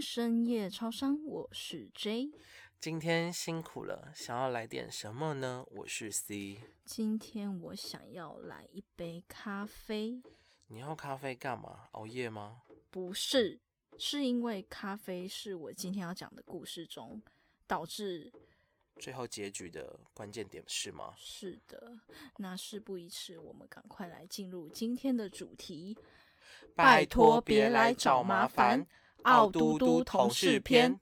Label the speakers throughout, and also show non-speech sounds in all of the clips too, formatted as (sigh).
Speaker 1: 深夜超商，我是 J。
Speaker 2: 今天辛苦了，想要来点什么呢？我是 C。
Speaker 1: 今天我想要来一杯咖啡，
Speaker 2: 你要咖啡干嘛？熬夜吗？
Speaker 1: 不是，是因为咖啡是我今天要讲的故事中导致
Speaker 2: 最后结局的关键点是吗？
Speaker 1: 是的。那事不宜迟，我们赶快来进入今天的主题。
Speaker 2: 拜托别来找麻烦，
Speaker 1: 奥嘟嘟同事篇。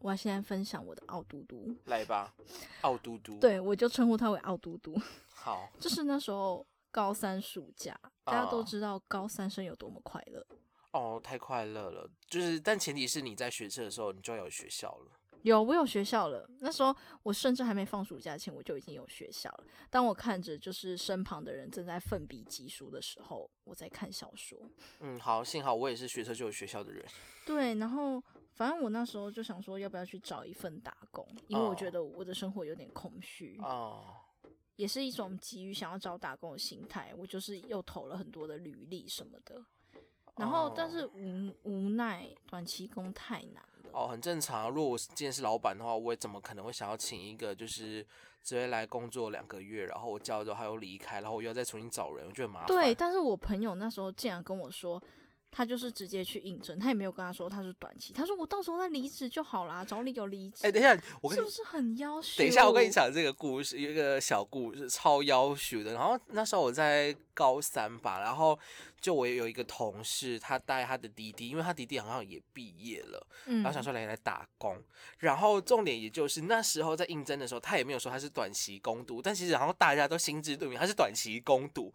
Speaker 1: 我要现在分享我的奥嘟嘟，
Speaker 2: 来吧，奥嘟
Speaker 1: (laughs)
Speaker 2: 嘟。，
Speaker 1: 对我就称呼他为奥嘟嘟。
Speaker 2: 好，
Speaker 1: 就是那时候高三暑假，大家都知道高三生有多么快乐，
Speaker 2: 哦，太快乐了。就是，但前提是你在学车的时候，你就要有学校了。
Speaker 1: 有，我有学校了。那时候我甚至还没放暑假前，我就已经有学校了。当我看着就是身旁的人正在奋笔疾书的时候，我在看小说。
Speaker 2: 嗯，好，幸好我也是学车就有学校的人。
Speaker 1: 对，然后反正我那时候就想说，要不要去找一份打工，因为我觉得我的生活有点空虚
Speaker 2: 哦，
Speaker 1: 也是一种急于想要找打工的心态。我就是又投了很多的履历什么的。然后
Speaker 2: 哦，
Speaker 1: 但是无无奈，短期工太难了。
Speaker 2: 哦，很正常啊。如果我是今天是老板的话，我也怎么可能会想要请一个就是只会来工作两个月，然后我叫之后还要离开，然后我又要再重新找人，我觉得很麻烦。
Speaker 1: 对，，但是我朋友那时候竟然跟我说，他就是直接去应征，他也没有跟他说他是短期，他说我到时候再离职就好啦，找理由离职。
Speaker 2: 哎、等一下，我跟
Speaker 1: 是不
Speaker 2: 你
Speaker 1: 是很要求？
Speaker 2: 等一下，我跟你，讲这个故事，有一个小故事，超要求的。然后那时候我在高三吧，然后就我有一个同事，他带他的弟弟，因为他弟弟好像也毕业了，
Speaker 1: 嗯
Speaker 2: 然后想说来来打工。然后重点也就是那时候在应征的时候，他也没有说他是短期工读，但其实然后大家都心知肚明，他是短期工读。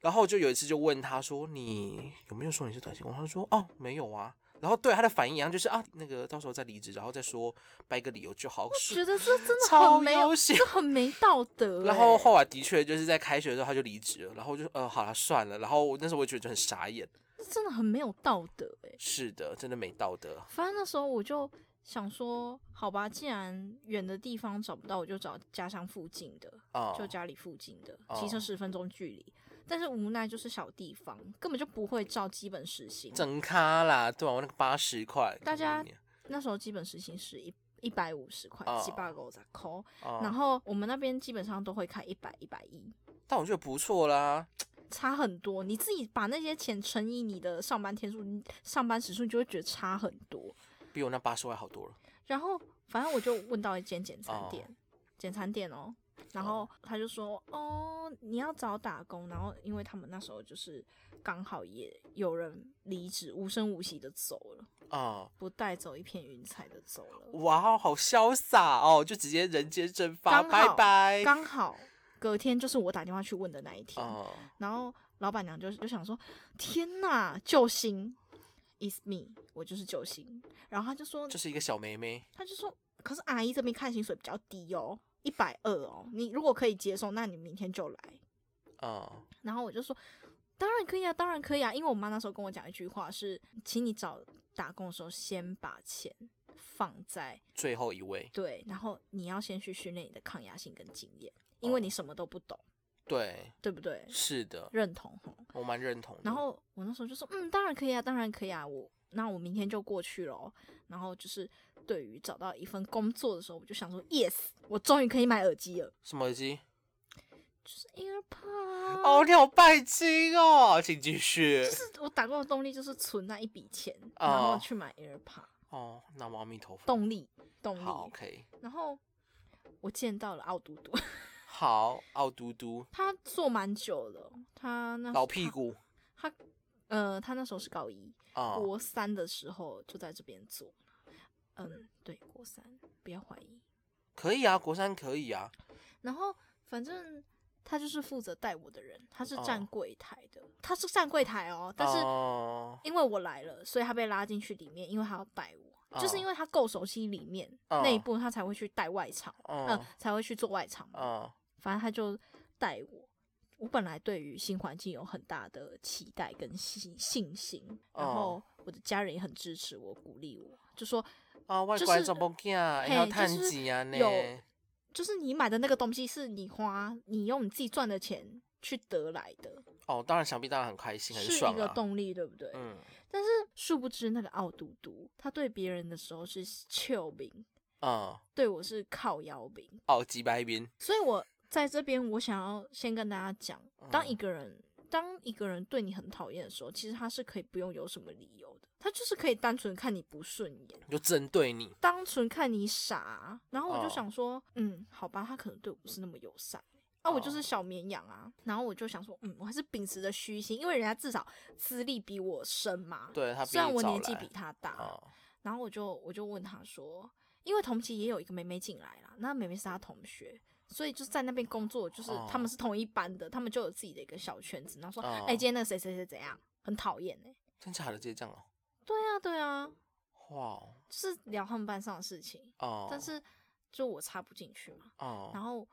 Speaker 2: 然后就有一次就问他说：“你有没有说你是短期工？”他说：“哦，没有啊。”然后对他的反应一样，就是啊，那个到时候再离职，然后再说掰个理由就好。
Speaker 1: 觉得这真的
Speaker 2: 超
Speaker 1: 很没有，
Speaker 2: 要挟
Speaker 1: 这很没道德欸、
Speaker 2: 然后后来的确就是在开学的时候他就离职了，然后我就呃好了算了，然后我那时候我觉得就很傻眼，
Speaker 1: 这真的很没有道德哎、
Speaker 2: 是的，真的没道德，
Speaker 1: 反正那时候我就想说，好吧，既然远的地方找不到，我就找家乡附近的。
Speaker 2: 啊、
Speaker 1: 就家里附近的，
Speaker 2: 哦
Speaker 1: 骑车十分钟距离，但是无奈就是小地方，根本就不会照基本时薪。
Speaker 2: 整咖啦，对吧、我那个八十块，
Speaker 1: 大家
Speaker 2: 嗯
Speaker 1: 那时候基本时薪是一一百五十块，
Speaker 2: 哦
Speaker 1: 七八个在扣。
Speaker 2: 哦
Speaker 1: 然后我们那边基本上都会开一百、一百一，
Speaker 2: 但我觉得不错啦，
Speaker 1: 差很多。你自己把那些钱乘以你的上班天数、你上班时数，你就会觉得差很多。
Speaker 2: 比我那八十块好多了。
Speaker 1: 然后反正我就问到一间简餐
Speaker 2: 哦
Speaker 1: 店，简餐店哦。然后他就说：“哦，你要找打工。”然后因为他们那时候就是刚好也有人离职，无声无息的走了，
Speaker 2: 啊、
Speaker 1: 不带走一片云彩的走了。
Speaker 2: 哇，哦好潇洒哦，就直接人间蒸发，
Speaker 1: 刚
Speaker 2: 拜
Speaker 1: 好
Speaker 2: 拜。
Speaker 1: 刚好隔天就是我打电话去问的那一天，
Speaker 2: 哦、
Speaker 1: 然后老板娘就就想说：“天哪，救星，is me，我就是救星。”然后他就说
Speaker 2: 就，是一个小妹妹，
Speaker 1: 他就说：“可是阿姨这边看薪水比较低哦，一百二哦，你如果可以接受，那你明天就来。”
Speaker 2: 嗯，
Speaker 1: 然后我就说：“当然可以啊，当然可以啊，因为我妈那时候跟我讲一句话是，请你找打工的时候先把钱放在
Speaker 2: 最后一位，
Speaker 1: 对，然后你要先去训练你的抗压性跟经验，因
Speaker 2: 哦
Speaker 1: 为你什么都不懂。”
Speaker 2: 对，
Speaker 1: 对不对？
Speaker 2: 是的，
Speaker 1: 认同吼
Speaker 2: 我蛮认同的。
Speaker 1: 然后我那时候就说，嗯，当然可以啊，当然可以啊，我那我明天就过去咯。然后就是对于找到一份工作的时候，我就想说，yes，我终于可以买耳机了，
Speaker 2: 什么耳机？
Speaker 1: 就是 AirPod。
Speaker 2: 哦，你好拜金哦，请继续。
Speaker 1: 就是我打工的动力就是存那一笔钱，
Speaker 2: 哦
Speaker 1: 然后去买 AirPod，
Speaker 2: 哦，那么阿弥陀佛。
Speaker 1: 动力动
Speaker 2: 好
Speaker 1: 力。
Speaker 2: ，OK，
Speaker 1: 然后我见到了奥嘟嘟，
Speaker 2: 好，奥嘟嘟，
Speaker 1: (laughs) 他做蛮久了，他那
Speaker 2: 老屁股
Speaker 1: 他呃他那时候是高一，
Speaker 2: 啊，
Speaker 1: 国三的时候就在这边做。嗯，对，国三不要怀疑。
Speaker 2: 可以啊，国三可以啊，
Speaker 1: 然后反正他就是负责带我的人，他是
Speaker 2: 哦
Speaker 1: 站柜台的，他是站柜台哦。但是
Speaker 2: 哦，
Speaker 1: 因为我来了，所以他被拉进去里面，因为他要带我，
Speaker 2: 哦
Speaker 1: 就是因为他够熟悉里面、
Speaker 2: 哦
Speaker 1: 内部，他才会去带外场，嗯、
Speaker 2: 哦，
Speaker 1: 才会去做外场。
Speaker 2: 哦，
Speaker 1: 反正他就带我。我本来对于新环境有很大的期待跟信信心，然
Speaker 2: 哦
Speaker 1: 后我的家人也很支持我、鼓励我，就说
Speaker 2: 啊，外
Speaker 1: 就是
Speaker 2: 观怎么样？
Speaker 1: 嘿
Speaker 2: 要探几啊
Speaker 1: 就
Speaker 2: 呢
Speaker 1: 是？有就是你买的那个东西是你花，你用你自己赚的钱去得来的，
Speaker 2: 哦，当然想必当然很开心，很
Speaker 1: 是
Speaker 2: 爽
Speaker 1: 一个
Speaker 2: 啊。
Speaker 1: 动力，对不对？
Speaker 2: 嗯
Speaker 1: 但是殊不知那个傲嘟嘟，他对别人的时候是丘饼，
Speaker 2: 嗯，
Speaker 1: 对我是靠腰饼，
Speaker 2: 哦，几百边，
Speaker 1: 所以我在这边我想要先跟大家讲，当
Speaker 2: 嗯
Speaker 1: 一个人。当一个人对你很讨厌的时候，其实他是可以不用有什么理由的，他就是可以单纯看你不顺眼，
Speaker 2: 就针对你。
Speaker 1: 单纯看你傻。然后我就
Speaker 2: 哦
Speaker 1: 想说，嗯，好吧，他可能对我不是那么友善。啊，我就是
Speaker 2: 哦
Speaker 1: 小绵羊啊，然后我就想说，嗯，我还是秉持着虚心，因为人家至少资历比我深嘛，
Speaker 2: 对他比
Speaker 1: 虽然
Speaker 2: 你
Speaker 1: 我
Speaker 2: 早
Speaker 1: 年纪
Speaker 2: 来
Speaker 1: 比他大，
Speaker 2: 哦
Speaker 1: 然后我就我就问他说，因为同期也有一个妹妹进来啦，那妹妹是他同学，所以就是在那边工作，就是
Speaker 2: 哦
Speaker 1: 他们是同一班的，他们就有自己的一个小圈子。然后说，哎、
Speaker 2: 哦
Speaker 1: 今天那个谁谁谁怎样，很讨厌哎。
Speaker 2: 真假的直接这样哦，
Speaker 1: 对啊，对啊，
Speaker 2: 哇哦
Speaker 1: 就是聊他们班上的事情，
Speaker 2: 哦，
Speaker 1: 但是就我插不进去嘛。
Speaker 2: 哦
Speaker 1: 然后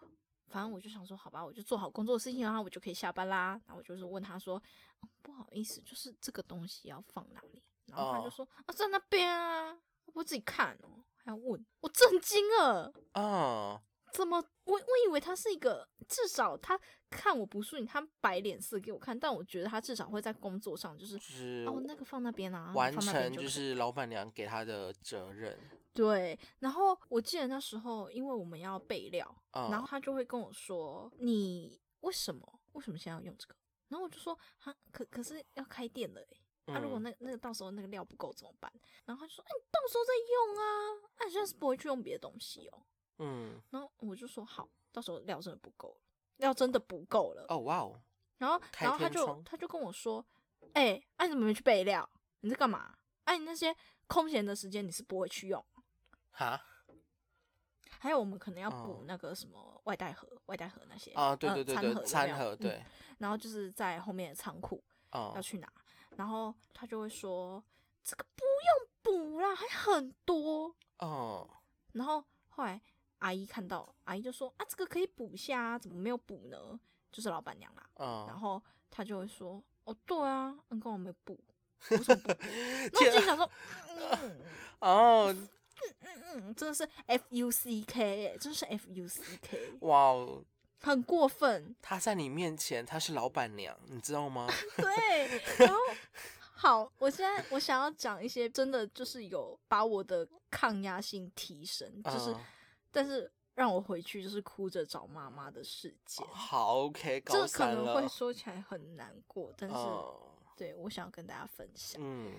Speaker 1: 反正我就想说，好吧，我就做好工作的事情，然后我就可以下班啦。然后我就是问他说，嗯不好意思，就是这个东西要放哪里？然后他就
Speaker 2: 哦
Speaker 1: 说，啊，在那边啊，我不自己看哦，还要问，我震惊了，
Speaker 2: 哦，
Speaker 1: 怎么？我我以为他是一个，至少他看我不顺眼，他摆脸色给我看，但我觉得他至少会在工作上就是
Speaker 2: 就。是
Speaker 1: 哦，那个放那边啊，
Speaker 2: 完
Speaker 1: 放那边
Speaker 2: 成
Speaker 1: 就
Speaker 2: 就
Speaker 1: 可以
Speaker 2: 是老板娘给他的责任。
Speaker 1: 对。然后我记得那时候，因为我们要备料，
Speaker 2: 嗯
Speaker 1: 然后他就会跟我说：“你为什么为什么现在要用这个？”然后我就说：“哈，可可是要开店了欸，啊，如果
Speaker 2: 嗯
Speaker 1: 那那个到时候那个料不够怎么办？”然后他就说：“哎、你到时候再用啊，啊，你现在是不会去用别的东西哦。
Speaker 2: 嗯”
Speaker 1: 然后我就说：“好，到时候料真的不够了，料真的不够了。
Speaker 2: 哦哇哦，
Speaker 1: 然后
Speaker 2: 开
Speaker 1: 然后他
Speaker 2: 天
Speaker 1: 就
Speaker 2: 窗
Speaker 1: 他就跟我说：“哎、哎、你怎么没去备料？你在干嘛？哎、你那些空闲的时间你是不会去用。”
Speaker 2: 哈
Speaker 1: 还有我们可能要
Speaker 2: 哦
Speaker 1: 补那个什么外带盒、外带盒那些
Speaker 2: 啊，对
Speaker 1: 呃
Speaker 2: 对对
Speaker 1: 餐盒有没
Speaker 2: 对，
Speaker 1: 有
Speaker 2: 餐盒
Speaker 1: 嗯
Speaker 2: 对，
Speaker 1: 然后就是在后面的仓库要
Speaker 2: 哦
Speaker 1: 去拿，然后他就会说这个不用补啦，还很多。
Speaker 2: 哦
Speaker 1: 然后后来阿姨看到，阿姨就说啊，这个可以补一下啊，怎么没有补呢？就是老板娘啦。然
Speaker 2: 哦，
Speaker 1: 后他就会说哦，对啊，嗯，跟我没补。我说
Speaker 2: (laughs)
Speaker 1: 不补，那我
Speaker 2: 天啊
Speaker 1: 就想说，嗯
Speaker 2: 哦
Speaker 1: 嗯嗯，真的是 F U C K，、真欸是 F U C K，
Speaker 2: 哇哦，
Speaker 1: 很过分。
Speaker 2: 他在你面前，她是老板娘，你知
Speaker 1: (laughs)
Speaker 2: 道吗？
Speaker 1: 对，然后好，我现在我想要讲一些真的就是有把我的抗压性提升，就是、
Speaker 2: 嗯
Speaker 1: 但是让我回去就是哭着找妈妈的事件，
Speaker 2: 好，OK，高
Speaker 1: 这可
Speaker 2: 三
Speaker 1: 能
Speaker 2: 哦了
Speaker 1: 会，说起来很难过，但是、
Speaker 2: 哦
Speaker 1: 对我想要跟大家分享，
Speaker 2: 嗯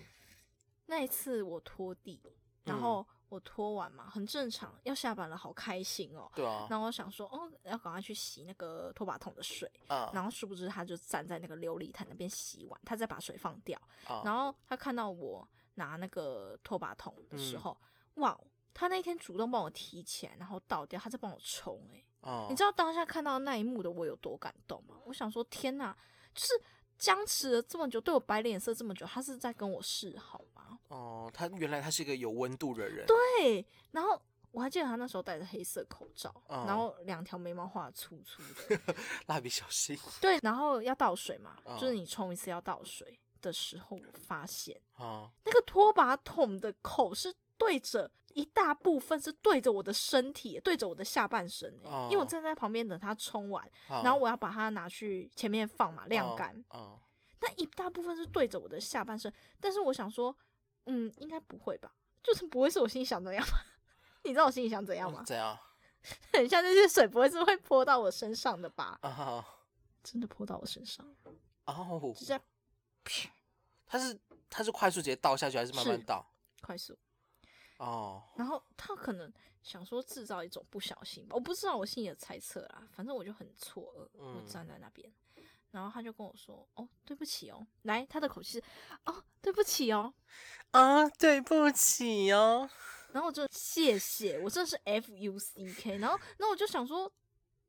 Speaker 1: 那一次我拖地，然
Speaker 2: 嗯
Speaker 1: 后我拖完嘛，很正常，要下班了，好开心哦。
Speaker 2: 对啊，
Speaker 1: 然后我想说，哦，要赶快去洗那个拖把桶的水，
Speaker 2: 啊
Speaker 1: 然后殊不知他就站在那个琉璃台那边洗碗，他再把水放掉。
Speaker 2: 啊
Speaker 1: 然后他看到我拿那个拖把桶的
Speaker 2: 嗯
Speaker 1: 时候，哇！哦他那天主动帮我提起来，然后倒掉，他在帮我冲、欸。
Speaker 2: 哦，
Speaker 1: 你知道当下看到那一幕的我有多感动吗？我想说，天哪，就是僵持了这么久，对我摆脸色这么久，他是在跟我示好吗？
Speaker 2: 哦，他原来他是一个有温度的人，
Speaker 1: 对。然后我还记得他那时候戴着黑色口罩，
Speaker 2: 哦
Speaker 1: 然后两条眉毛画得粗粗的，
Speaker 2: 蜡笔小新
Speaker 1: 对。然后要倒水嘛，
Speaker 2: 哦
Speaker 1: 就是你冲一次要倒水的时候，我发现。
Speaker 2: 啊，
Speaker 1: 那个拖把桶的口是对着一大部分是对着我的身体，对着我的下半身、欸
Speaker 2: 哦
Speaker 1: 因为我站在旁边等它冲完，
Speaker 2: 然
Speaker 1: 然后我要把它拿去前面放嘛晾干，
Speaker 2: 啊，
Speaker 1: 那一大部分是对着我的下半身，但是我想说，嗯，应该不会吧，就是不会是我心里想的那样吧？ (laughs) 你知道我心里想怎样吗 (laughs)
Speaker 2: 嗯？怎样
Speaker 1: 很像那些水不会是会泼到我身上的吧？
Speaker 2: 啊？
Speaker 1: 真的泼到我身上，
Speaker 2: 哦，
Speaker 1: 就这样
Speaker 2: 他是他是快速直接倒下去，还是慢慢
Speaker 1: 是
Speaker 2: 倒？
Speaker 1: 快速
Speaker 2: 哦，
Speaker 1: 然后他可能想说制造一种不小心吧，我不知道我心里的猜测啦，反正我就很错愕，我
Speaker 2: 嗯
Speaker 1: 站在那边，然后他就跟我说：“哦，对不起哦。”来，他的口气是：“哦，对不起哦。
Speaker 2: 啊，对不起哦，”
Speaker 1: 然后我就谢谢，我真的是 F U C K。然后，然后我就想说，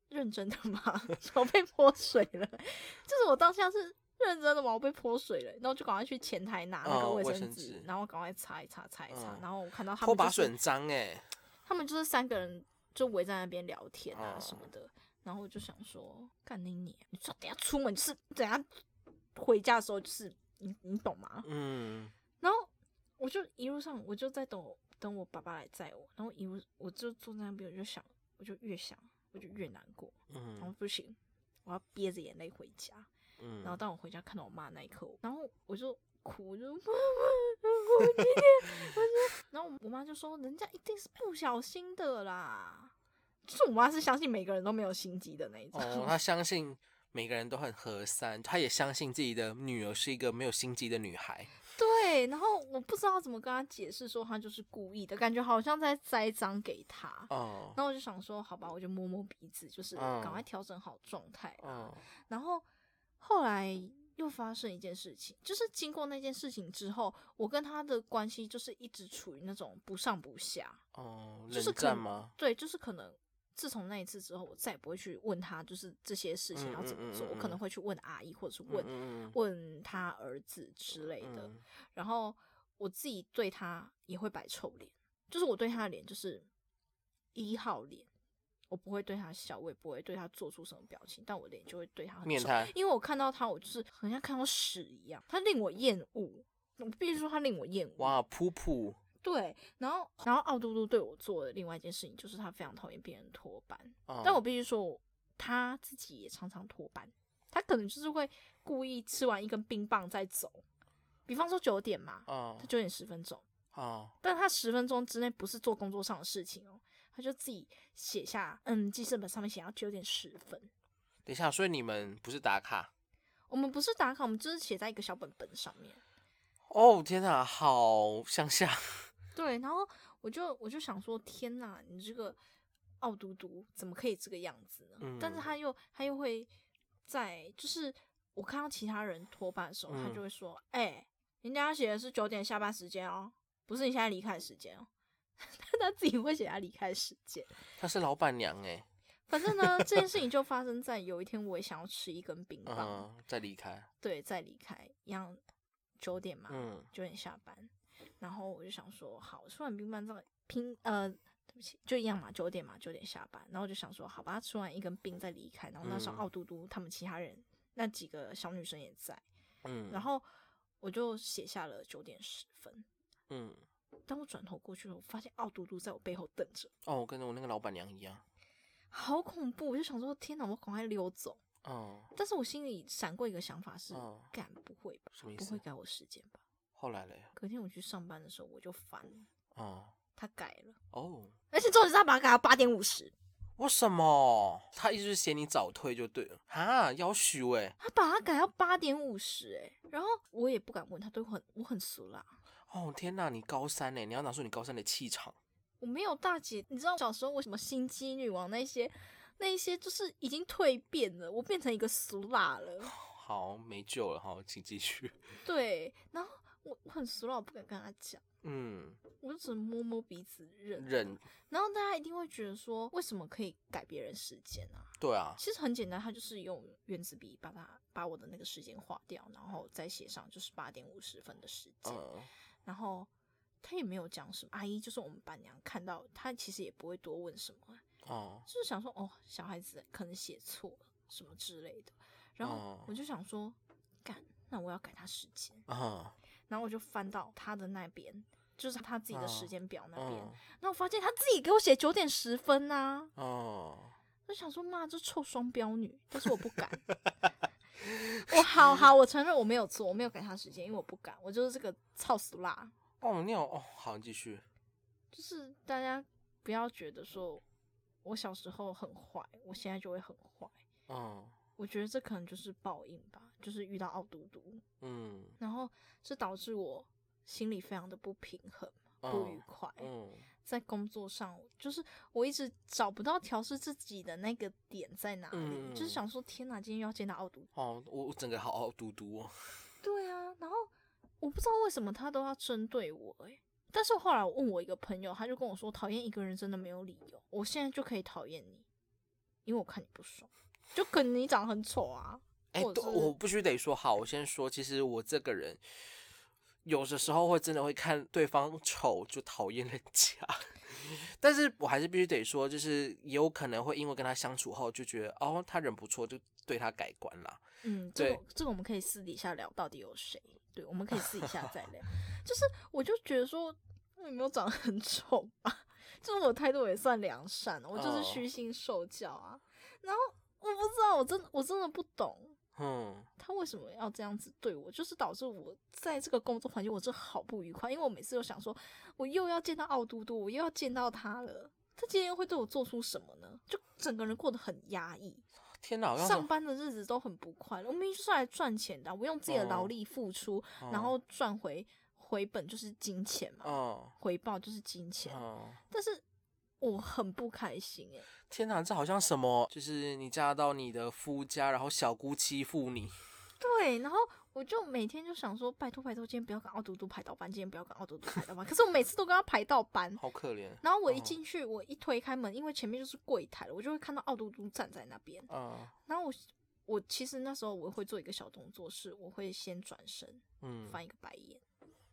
Speaker 1: 认真的吗？ (laughs) 我被泼水了，就是我当下是。认真的吗？我被泼水了，然后就赶快去前台拿那个
Speaker 2: 哦
Speaker 1: 卫
Speaker 2: 卫
Speaker 1: 生
Speaker 2: 生
Speaker 1: 纸，
Speaker 2: 纸
Speaker 1: 然后赶快擦一擦，擦一擦。
Speaker 2: 嗯
Speaker 1: 然后我看到他
Speaker 2: 拖
Speaker 1: 们、就
Speaker 2: 把
Speaker 1: 是
Speaker 2: 水很脏哎，
Speaker 1: 他们就是三个人就围在那边聊天啊
Speaker 2: 嗯
Speaker 1: 什么的，然后我就想说，干你你，你说等一下出门就是等一下回家的时候就是你你懂吗？
Speaker 2: 嗯，
Speaker 1: 然后我就一路上我就在等我等我爸爸来载我，然后一路我就坐在那边我就想，我就越想我就越难过，然后
Speaker 2: 嗯，
Speaker 1: 不行，我要憋着眼泪回家。
Speaker 2: 嗯
Speaker 1: 然后当我回家看到我妈那一刻，然后我就哭，我就妈妈， (laughs) 我今天，我就，然后我妈就说，人家一定是不小心的啦。就是我妈是相信每个人都没有心机的那一种，
Speaker 2: 哦，他相信每个人都很和善，他也相信自己的女儿是一个没有心机的女孩。
Speaker 1: (laughs) 对。然后我不知道怎么跟她解释，说她就是故意的，感觉好像在栽赃给她。
Speaker 2: 哦，
Speaker 1: 然后我就想说，好吧，我就摸摸鼻子，就是
Speaker 2: 嗯
Speaker 1: 赶快调整好状态啊。
Speaker 2: 哦，
Speaker 1: 然后后来又发生一件事情，就是经过那件事情之后，我跟他的关系就是一直处于那种不上不下。
Speaker 2: 哦，
Speaker 1: 就
Speaker 2: 冷
Speaker 1: 是可
Speaker 2: 战
Speaker 1: 能
Speaker 2: 吗？
Speaker 1: 对，就是可能自从那一次之后，我再也不会去问他，就是这些事情
Speaker 2: 嗯
Speaker 1: 要怎
Speaker 2: 嗯
Speaker 1: 么
Speaker 2: 嗯
Speaker 1: 做。
Speaker 2: 嗯
Speaker 1: 我可能
Speaker 2: 嗯
Speaker 1: 会去问阿姨，或者是
Speaker 2: 嗯
Speaker 1: 问、
Speaker 2: 嗯
Speaker 1: 问他儿子之类
Speaker 2: 嗯
Speaker 1: 的。
Speaker 2: 嗯
Speaker 1: 然后我自己对他也会摆臭脸，就是我对他的脸就是一号脸，我不会对他笑，我也不会对他做出什么表情，但我脸就会对他很
Speaker 2: 面
Speaker 1: 臭
Speaker 2: 瘫，
Speaker 1: 因为我看到他，我就是很像看到屎一样，他令我厌恶。我必须说他令我厌恶。
Speaker 2: 哇，噗噗，
Speaker 1: 对，然后然后奥嘟嘟对我做的另外一件事情就是他非常讨厌别人拖班，
Speaker 2: 哦
Speaker 1: 但我必须说他自己也常常拖班，他可能就是会故意吃完一根冰棒再走，比方说九点嘛，
Speaker 2: 哦
Speaker 1: 他九点十分走，
Speaker 2: 哦
Speaker 1: 但他十分钟之内不是做工作上的事情哦，他就自己写下，嗯，记事本上面写到九点十分。
Speaker 2: 等一下，所以你们不是打卡？
Speaker 1: 我们不是打卡，我们就是写在一个小本本上面。
Speaker 2: 哦，天哪，好乡下。
Speaker 1: 对，然后我就我就想说，天哪，你这个傲嘟嘟怎么可以这个样子呢？但是
Speaker 2: 嗯
Speaker 1: 他又他又会在，就是我看到其他人拖班的时候，他
Speaker 2: 嗯
Speaker 1: 就会说，哎、人家写的是九点下班时间哦，不是你现在离开的时间哦。 (laughs) 但他自己会写他离开的时间。
Speaker 2: 她是老板娘哎、
Speaker 1: 反正呢，这件事情就发生在有一天，我也想要吃一根冰棒，
Speaker 2: 嗯，再离开，
Speaker 1: 对，再离开一样九点嘛，
Speaker 2: 嗯，
Speaker 1: 九点下班，然后我就想说，好，吃完冰棒这个拼呃，对不起，就一样嘛，九点嘛，九点下班，然后我就想说，好吧，吃完一根冰再离开。然后那时候
Speaker 2: 嗯
Speaker 1: 奥嘟嘟他们其他人那几个小女生也在，
Speaker 2: 嗯，
Speaker 1: 然后我就写下了九点十分。
Speaker 2: 嗯，
Speaker 1: 当我转头过去了，我发现奥嘟嘟在我背后等着，
Speaker 2: 哦，我跟我那个老板娘一样，
Speaker 1: 好恐怖！我就想说，天哪，我赶快溜走。
Speaker 2: 哦
Speaker 1: 但是我心里闪过一个想法是，
Speaker 2: 哦，
Speaker 1: 干不会吧，
Speaker 2: 什么意
Speaker 1: 不会
Speaker 2: 思？
Speaker 1: 改我时间吧？
Speaker 2: 后来嘞，
Speaker 1: 隔天我去上班的时候，我就烦了，
Speaker 2: 哦
Speaker 1: 他改了。
Speaker 2: 哦，
Speaker 1: 而且重点是他把它改到八点五十，
Speaker 2: 为什么？她一直嫌你早退就对了，哈，要许哎，
Speaker 1: 他把它改到八点五十，哎，然后我也不敢问他，对我很我很俗啦，
Speaker 2: 哦天哪，你高三哎，你要拿出你高三的气场，
Speaker 1: 我没有大姐，你知道小时候我什么心机女王那些，那一些就是已经蜕变了，我变成一个俗辣了，
Speaker 2: 好，没救了，好，请继续，
Speaker 1: 对，然后我我很俗辣，我不敢跟他讲，
Speaker 2: 嗯，
Speaker 1: 我就只能摸摸鼻子忍，
Speaker 2: 忍，
Speaker 1: 然后大家一定会觉得说，为什么可以改别人时间啊？
Speaker 2: 对啊，
Speaker 1: 其实很简单，他就是用原子笔把它把我的那个时间划掉，然后再写上就是八点五十分的时间。
Speaker 2: 嗯
Speaker 1: 然后他也没有讲什么，阿姨就是我们伴娘看到她其实也不会多问什么，啊
Speaker 2: 哦，
Speaker 1: 就是想说哦，小孩子可能写错了什么之类的。然后
Speaker 2: 哦
Speaker 1: 我就想说，干，那我要改他时间。
Speaker 2: 嗯
Speaker 1: 然后我就翻到他的那边，就是他自己的时间表那边，
Speaker 2: 嗯
Speaker 1: 然后我发现他自己给我写九点十分呐、
Speaker 2: 哦，
Speaker 1: 我想说，妈，这臭双标女，但是我不敢。我好好，我承认我没有做，我没有改他时间，因为我不敢，我就是这个操死辣。
Speaker 2: 哦，你有哦，好，你继续，
Speaker 1: 就是大家不要觉得说我小时候很坏，我现在就会很坏。
Speaker 2: 嗯
Speaker 1: 我觉得这可能就是报应吧，就是遇到傲嘟嘟，
Speaker 2: 嗯
Speaker 1: 然后这导致我心里非常的不平衡、不愉
Speaker 2: 嗯
Speaker 1: 快。
Speaker 2: 嗯
Speaker 1: 在工作上，就是我一直找不到调试自己的那个点在哪里，
Speaker 2: 嗯
Speaker 1: 就是想说天哪，今天又要见到傲嘟嘟。
Speaker 2: 哦，我我整个好好嘟嘟哦，
Speaker 1: 对啊，然后我不知道为什么他都要针对我、欸，但是后来我问我一个朋友，他就跟我说，讨厌一个人真的没有理由，我现在就可以讨厌你，因为我看你不爽，就可能你长得很丑啊，
Speaker 2: 哎、
Speaker 1: 或者
Speaker 2: 对，
Speaker 1: 是
Speaker 2: 我必须得说好，我先说，其实我这个人有的时候会真的会看对方丑就讨厌人家， (laughs) 但是我还是必须得说，就是也有可能会因为跟他相处后就觉得哦，他人不错，就对他改观啦。
Speaker 1: 嗯，这个
Speaker 2: 对
Speaker 1: 这个我们可以私底下聊，到底有谁？对，我们可以私底下再聊。 (laughs) 就是我就觉得说，我有没有长得很丑啊 (laughs) 吧？就是我态度也算良善，我就是
Speaker 2: 哦
Speaker 1: 虚心受教啊。然后我我不知道，我真的我真的不懂
Speaker 2: 嗯，
Speaker 1: 他为什么要这样子对我，就是导致我在这个工作环境我真的好不愉快，因为我每次都想说，我又要见到奥嘟嘟，我又要见到他了，他今天会对我做出什么呢？就整个人过得很压抑，
Speaker 2: 天哪，好像是
Speaker 1: 上班的日子都很不快乐。我明明就是来赚钱的啊、我用自己的劳
Speaker 2: 哦
Speaker 1: 力付出，然后赚回回本就是金钱嘛，
Speaker 2: 嗯
Speaker 1: 回报就是金钱，
Speaker 2: 嗯，
Speaker 1: 但是我很不开心哎、
Speaker 2: 天哪，这好像什么？就是你嫁到你的夫家，然后小姑欺负你。
Speaker 1: 对，然后我就每天就想说，拜托拜托，今天不要跟奥嘟嘟排到班，今天不要跟奥嘟嘟排到班。可是我每次都跟他排到班，
Speaker 2: 好可怜。
Speaker 1: 然后我一
Speaker 2: 哦
Speaker 1: 进去，我一推开门，因为前面就是柜台了，我就会看到奥嘟嘟站在那边。
Speaker 2: 嗯
Speaker 1: 然后我我其实那时候我会做一个小动作，是我会先转身
Speaker 2: 嗯
Speaker 1: 翻一个白眼，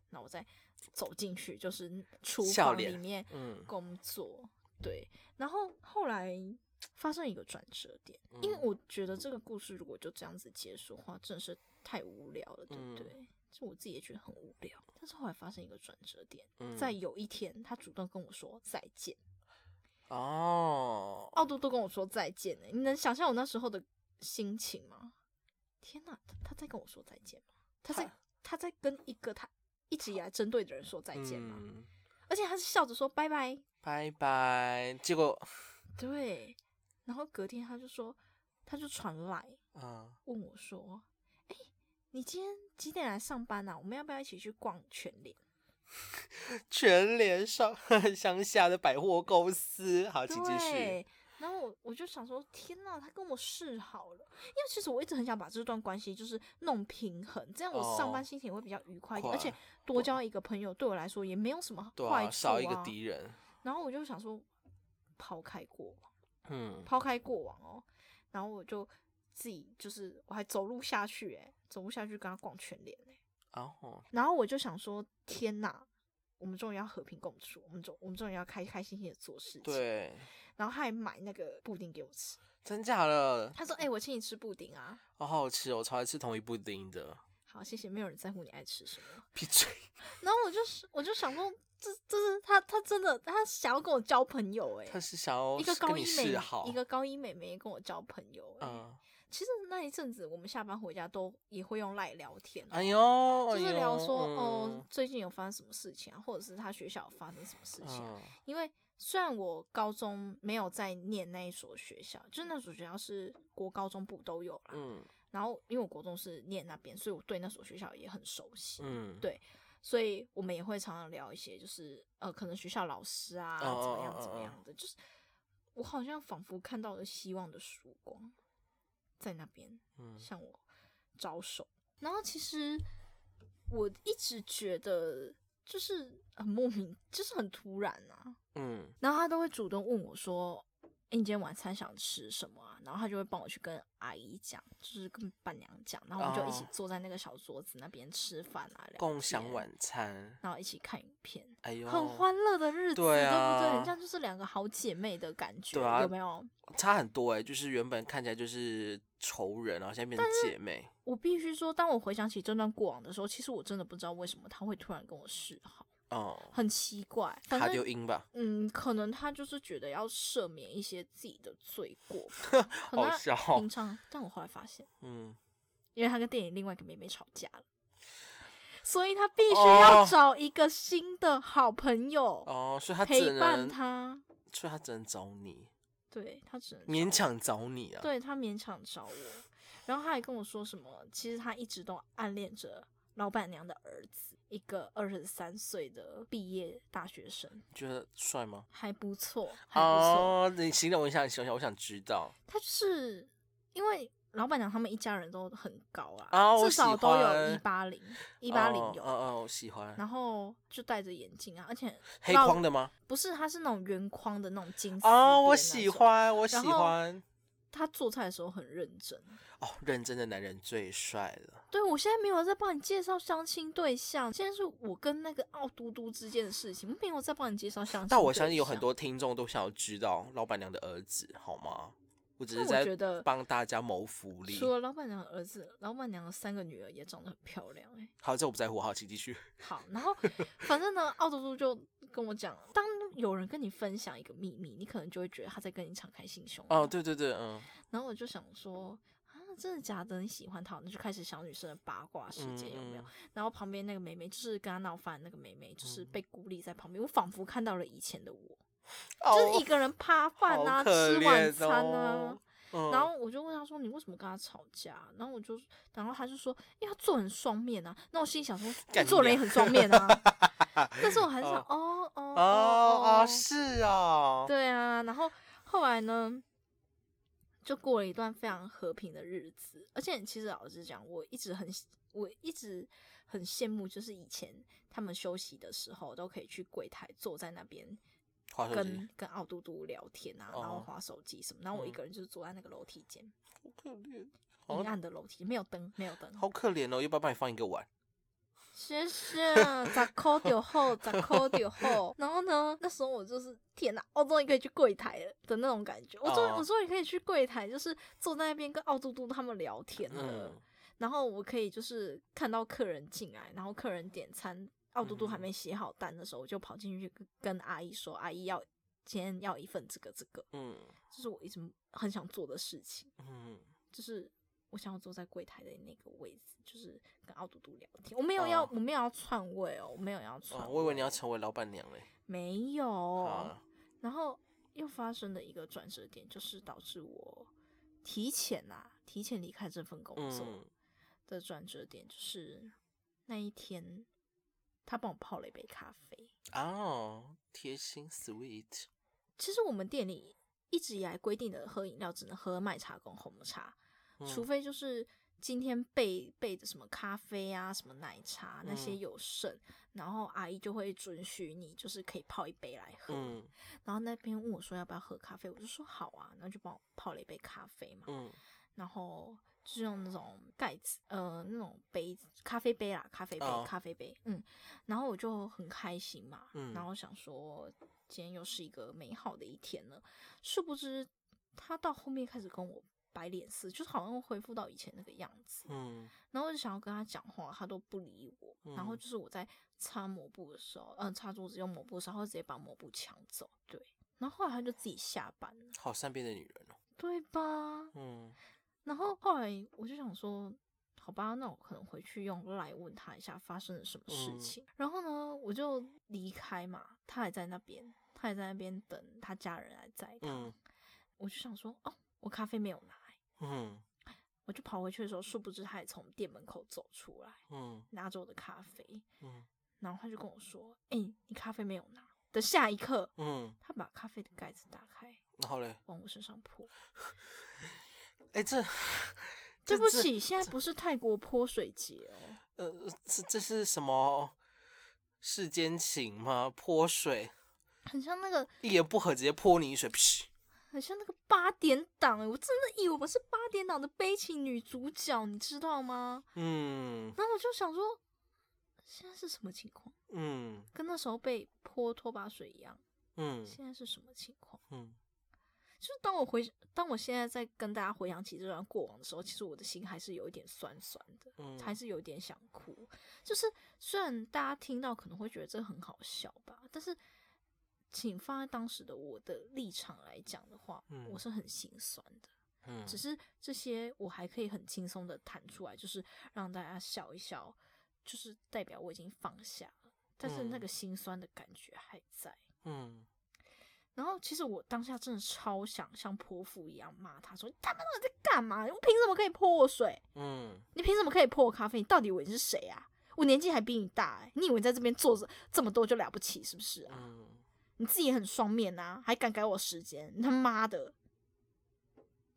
Speaker 1: 然后我再走进去，就是厨
Speaker 2: 笑
Speaker 1: 房
Speaker 2: 脸
Speaker 1: 里面
Speaker 2: 嗯
Speaker 1: 工作。对，然后后来发生一个转折点，因为
Speaker 2: 嗯
Speaker 1: 我觉得这个故事如果就这样子结束的话，真的是太无聊了，对
Speaker 2: 嗯
Speaker 1: 不对？就我自己也觉得很无聊。但是后来发生一个转折点，
Speaker 2: 嗯，
Speaker 1: 在有一天他主动跟我说再见，
Speaker 2: 哦，
Speaker 1: 奥杜都跟我说再见呢、你能想象我那时候的心情吗？天哪，他他在跟我说再见吗？他在
Speaker 2: 他
Speaker 1: 他在跟一个他一直以来针对的人说再见吗？
Speaker 2: 嗯
Speaker 1: 而且他是笑着说拜拜，
Speaker 2: 拜拜。结果，
Speaker 1: 对，然后隔天他就说，他就传来
Speaker 2: 嗯，
Speaker 1: 问我说：“哎、你今天几点来上班啊？我们要不要一起去逛全联
Speaker 2: 全连上 (laughs) 乡下的百货公司。？”好，请继续。
Speaker 1: 对，然后我我就想说，天呐，他跟我示好了，因为其实我一直很想把这段关系就是弄平衡，这样我上
Speaker 2: 哦
Speaker 1: 班心情也会比较愉快一点，而
Speaker 2: 快
Speaker 1: 且多交一个朋友对我来说也没有什么坏处
Speaker 2: 对啊，少一个
Speaker 1: 啊
Speaker 2: 敌人。
Speaker 1: 然后我就想说，抛开过往。
Speaker 2: 嗯，
Speaker 1: 抛开过往哦，然后我就自己就是我还走路下去、欸，走路下去跟他逛全联、欸、
Speaker 2: 哦，
Speaker 1: 然后我就想说，天哪，我们终于要和平共处，我们终我们终于要开开心心的做事情。，
Speaker 2: 对，
Speaker 1: 然后他还买那个布丁给我吃，
Speaker 2: 真假的，
Speaker 1: 他说：“哎、我请你吃布丁啊。
Speaker 2: 好好吃哦，我超爱吃同一布丁的。”
Speaker 1: 好，谢谢，没有人在乎你爱吃什么。
Speaker 2: 闭嘴。
Speaker 1: 然后我就是我就想说，这这是他他真的他想要跟我交朋友哎、
Speaker 2: 他是想要
Speaker 1: 一个
Speaker 2: 跟
Speaker 1: 高
Speaker 2: 你
Speaker 1: 一
Speaker 2: 示
Speaker 1: 美
Speaker 2: 好，
Speaker 1: 一个高一美眉跟我交朋友、欸，
Speaker 2: 嗯，
Speaker 1: 其实那一阵子，我们下班回家都也会用赖聊天，
Speaker 2: 哎呦，
Speaker 1: 就是
Speaker 2: 哎呦
Speaker 1: 聊说、
Speaker 2: 嗯
Speaker 1: 哦，最近有发生什么事情啊，或者是他学校有发生什么事情啊、
Speaker 2: 嗯
Speaker 1: 因为虽然我高中没有在念那一所学校，就是那所学校是国高中部都有啦。
Speaker 2: 嗯
Speaker 1: 然后因为我国中是念那边，所以我对那所学校也很熟悉。
Speaker 2: 嗯，
Speaker 1: 对所以我们也会常常聊一些，就是呃，可能学校老师啊，怎
Speaker 2: 哦
Speaker 1: 么
Speaker 2: 哦
Speaker 1: 样
Speaker 2: 哦
Speaker 1: 怎么样的，就是我好像仿佛看到了希望的曙光，在那边。
Speaker 2: 嗯
Speaker 1: 向我招手。然后其实我一直觉得就是很莫名，就是很突然啊。
Speaker 2: 嗯
Speaker 1: 然后他都会主动问我说：“哎、你今天晚餐想吃什么啊？”然后他就会帮我去跟阿姨讲，就是跟伴娘讲，然后我们就一起
Speaker 2: 哦
Speaker 1: 坐在那个小桌子那边吃饭啊，聊
Speaker 2: 共享
Speaker 1: 天，
Speaker 2: 晚餐，
Speaker 1: 然后一起看影片。
Speaker 2: 哎呦，
Speaker 1: 很欢乐的日子，
Speaker 2: 对啊
Speaker 1: 不对？很像就是两个好姐妹的感觉，
Speaker 2: 对啊
Speaker 1: 有没有？
Speaker 2: 差很多哎、就是原本看起来就是仇人，然后现在变成姐妹，
Speaker 1: 我必须说，当我回想起这段过往的时候，其实我真的不知道为什么他会突然跟我示好，
Speaker 2: 哦、
Speaker 1: 很奇怪。反
Speaker 2: 卡丢
Speaker 1: 正
Speaker 2: 音吧，
Speaker 1: 嗯，可能他就是觉得要赦免一些自己的罪过吧，可能
Speaker 2: (laughs) 好
Speaker 1: 他
Speaker 2: 笑哦，
Speaker 1: 平常。但我后来发现，
Speaker 2: 嗯，
Speaker 1: 因为他跟电影另外一个妹妹吵架了，所以他必须要
Speaker 2: 哦
Speaker 1: 找一个新的好朋友、
Speaker 2: 哦，所以他只
Speaker 1: 陪伴
Speaker 2: 能，
Speaker 1: 他。
Speaker 2: 所以他只能找你，
Speaker 1: 对他只能
Speaker 2: 勉强找你啊，
Speaker 1: 对他勉强找我，然后他还跟我说什么，其实他一直都暗恋着老板娘的儿子，一个二十三岁的毕业大学生，
Speaker 2: 你觉得帅吗？
Speaker 1: 还不错，还不错。
Speaker 2: 哦，你形容一下，形容一下，我想知道。
Speaker 1: 他就是因为老板娘他们一家人都很高啊，
Speaker 2: 啊我
Speaker 1: 至少
Speaker 2: 喜
Speaker 1: 都有
Speaker 2: 欢
Speaker 1: 一八零，一八零
Speaker 2: 哦
Speaker 1: 有。
Speaker 2: 哦哦，我喜欢。
Speaker 1: 然后就戴着眼镜啊，而且
Speaker 2: 黑
Speaker 1: 老
Speaker 2: 框的吗？
Speaker 1: 不是，它是那种圆框的那种金丝
Speaker 2: 哦，我
Speaker 1: 边那
Speaker 2: 喜
Speaker 1: 种。
Speaker 2: 欢，我喜
Speaker 1: 然后
Speaker 2: 欢。
Speaker 1: 他做菜的时候很认真，
Speaker 2: 哦，认真的男人最帅了。
Speaker 1: 对，我现在没有在帮你介绍相亲对象，现在是我跟那个奥嘟嘟之间的事情，没有在帮你介绍相亲。
Speaker 2: 但我相信有很，多听众都想要知道老板娘的儿子，好吗？我只
Speaker 1: 但
Speaker 2: 是
Speaker 1: 我觉
Speaker 2: 在
Speaker 1: 得
Speaker 2: 帮大家谋福利
Speaker 1: 除。了老板娘的儿子，老板娘的三个女儿也长得很漂亮、欸。
Speaker 2: 好，这我不在乎。好，请继续。
Speaker 1: 好，然后反正呢，奥嘟嘟就跟我讲，当有人跟你分享一个秘密，你可能就会觉得他在跟你敞开心胸。
Speaker 2: 哦，对对对，嗯
Speaker 1: 然后我就想说啊，真的假的？你喜欢他哦？那就开始想女生的八卦世界有没有？
Speaker 2: 嗯
Speaker 1: 然后旁边那个妹妹就是跟他闹翻，那个妹妹就是被孤立在旁边，我仿佛看到了以前的我，就是一
Speaker 2: 哦
Speaker 1: 个人扒饭
Speaker 2: 好
Speaker 1: 啊，
Speaker 2: 可
Speaker 1: 吃晚
Speaker 2: 怜
Speaker 1: 餐啊
Speaker 2: 哦。嗯
Speaker 1: 然后我就问他说：“你为什么跟他吵架？”然后我就，然后他就说：“因为他做人双面啊。”那我心里想说：“你
Speaker 2: 干你
Speaker 1: 做人也
Speaker 2: 娘
Speaker 1: 很双面
Speaker 2: (laughs)
Speaker 1: 啊。”但是我还是想：“哦哦
Speaker 2: 哦
Speaker 1: 哦
Speaker 2: 哦，是哦，
Speaker 1: 对啊。”然后后来呢，就过了一段非常和平的日子。而且其实老实讲，我一直很，我一直很羡慕，就是以前他们休息的时候都可以去柜台坐在那边
Speaker 2: 滑手机
Speaker 1: 跟跟奥嘟嘟聊天啊，然后
Speaker 2: 哦
Speaker 1: 划手机什么。然后我一
Speaker 2: 嗯
Speaker 1: 个人就是坐在那个楼梯间。
Speaker 2: 好可怜，好
Speaker 1: 阴暗的楼梯，没有灯，没有灯。
Speaker 2: 好可怜哦，要不要帮你放一个碗？
Speaker 1: 谢谢，啊咋抠丢后，咋抠丢后。
Speaker 2: (laughs)
Speaker 1: 然后呢，那时候我就是天哪，我终于可以去柜台了的那种感觉。我终于
Speaker 2: 哦
Speaker 1: 我终于可以去柜台，就是坐在那边跟奥嘟嘟他们聊天了。
Speaker 2: 嗯，
Speaker 1: 然后我可以就是看到客人进来，然后客人点餐，奥嘟
Speaker 2: 嗯
Speaker 1: 嘟还没写好单的时候，我就跑进去跟跟阿姨说，阿姨要今天要一份这个这个，
Speaker 2: 嗯
Speaker 1: 这是我一直很想做的事情。
Speaker 2: 嗯，
Speaker 1: 就是我想要坐在柜台的那个位置，就是跟奥嘟嘟聊天。我没有要，
Speaker 2: 哦
Speaker 1: 我没有要篡位哦，我没有要篡位、
Speaker 2: 哦，我以为你要成为老板娘嘞。
Speaker 1: 没有。
Speaker 2: 啊，
Speaker 1: 然后又发生了一个转折点，就是导致我提前啊，提前离开这份工作
Speaker 2: 嗯，
Speaker 1: 的转折点，就是那一天他帮我泡了一杯咖啡。
Speaker 2: 哦，贴心 sweet，
Speaker 1: 其实我们店里一直以来规定的喝饮料只能喝麦茶跟红茶，
Speaker 2: 嗯
Speaker 1: 除非就是今天备备的什么咖啡啊、什么奶茶那些
Speaker 2: 嗯
Speaker 1: 有剩，然后阿姨就会准许你就是可以泡一杯来喝。
Speaker 2: 嗯
Speaker 1: 然后那边问我说要不要喝咖啡，我就说好啊，然后就帮我泡了一杯咖啡嘛，
Speaker 2: 嗯
Speaker 1: 然后。就是用那种盖子，呃，那种杯子，咖啡杯啦，咖啡杯，
Speaker 2: 哦
Speaker 1: 咖啡杯，嗯，然后我就很开心嘛，
Speaker 2: 嗯
Speaker 1: 然后想说今天又是一个美好的一天了，殊不知他到后面开始跟我摆脸色，就是好像恢复到以前那个样子。
Speaker 2: 嗯
Speaker 1: 然后我就想要跟他讲话，他都不理我。然后
Speaker 2: 嗯
Speaker 1: 就是我在擦抹布的时候，嗯、擦桌子用抹布的时候，他会直接把抹布抢走。对，然后后来他就自己下班了，
Speaker 2: 嗯好善变的女人哦。
Speaker 1: 对吧？
Speaker 2: 嗯
Speaker 1: 然后后来我就想说，好吧，那我可能回去用来问他一下发生了什么事
Speaker 2: 嗯
Speaker 1: 情。然后呢，我就离开嘛，他还在那边，他还在那边等他家人来载他。
Speaker 2: 嗯
Speaker 1: 我就想说，哦，我咖啡没有拿欸、
Speaker 2: 嗯
Speaker 1: 我就跑回去的时候，殊不知他也从店门口走出来，
Speaker 2: 嗯
Speaker 1: 拿着我的咖啡，
Speaker 2: 嗯
Speaker 1: 然后他就跟我说：“哎、你咖啡没有拿。”的下一刻，
Speaker 2: 嗯，
Speaker 1: 他把咖啡的盖子打开，
Speaker 2: 然后嘞，
Speaker 1: 往我身上泼。(laughs)
Speaker 2: 哎，这
Speaker 1: 对不
Speaker 2: 这
Speaker 1: 起，现在不是泰国泼水节哦，
Speaker 2: 呃，这这是什么世间情吗？泼水，
Speaker 1: 很像那个，
Speaker 2: 一言不合直接泼你一水，噗
Speaker 1: 很像那个八点档哎，我真的以为我是八点档的悲情女主角，你知道吗？
Speaker 2: 嗯
Speaker 1: 然后我就想说，现在是什么情况？
Speaker 2: 嗯
Speaker 1: 跟那时候被泼拖把水一样，
Speaker 2: 嗯
Speaker 1: 现在是什么情况？
Speaker 2: 嗯
Speaker 1: 就是当我回，当我现在在跟大家回想起这段过往的时候，其实我的心还是有一点酸酸的，
Speaker 2: 嗯，
Speaker 1: 还是有点想哭。就是虽然大家听到可能会觉得这很好笑吧，但是请放在当时的我的立场来讲的话，
Speaker 2: 嗯
Speaker 1: 我是很心酸的。
Speaker 2: 嗯
Speaker 1: 只是这些我还可以很轻松的弹出来，就是让大家笑一笑，就是代表我已经放下了。但是那
Speaker 2: 嗯
Speaker 1: 个心酸的感觉还在。
Speaker 2: 嗯
Speaker 1: 然后其实我当下真的超想像泼妇一样骂他说：“你他妈到底在干嘛？你凭什么可以泼我水？
Speaker 2: 嗯
Speaker 1: 你凭什么可以泼我咖啡？你到底以为你是谁啊？我年纪还比你大、欸，你以为你在这边坐着这么多就了不起是不是啊？
Speaker 2: 嗯，
Speaker 1: 你自己也很双面啊，还敢改我时间？你他妈的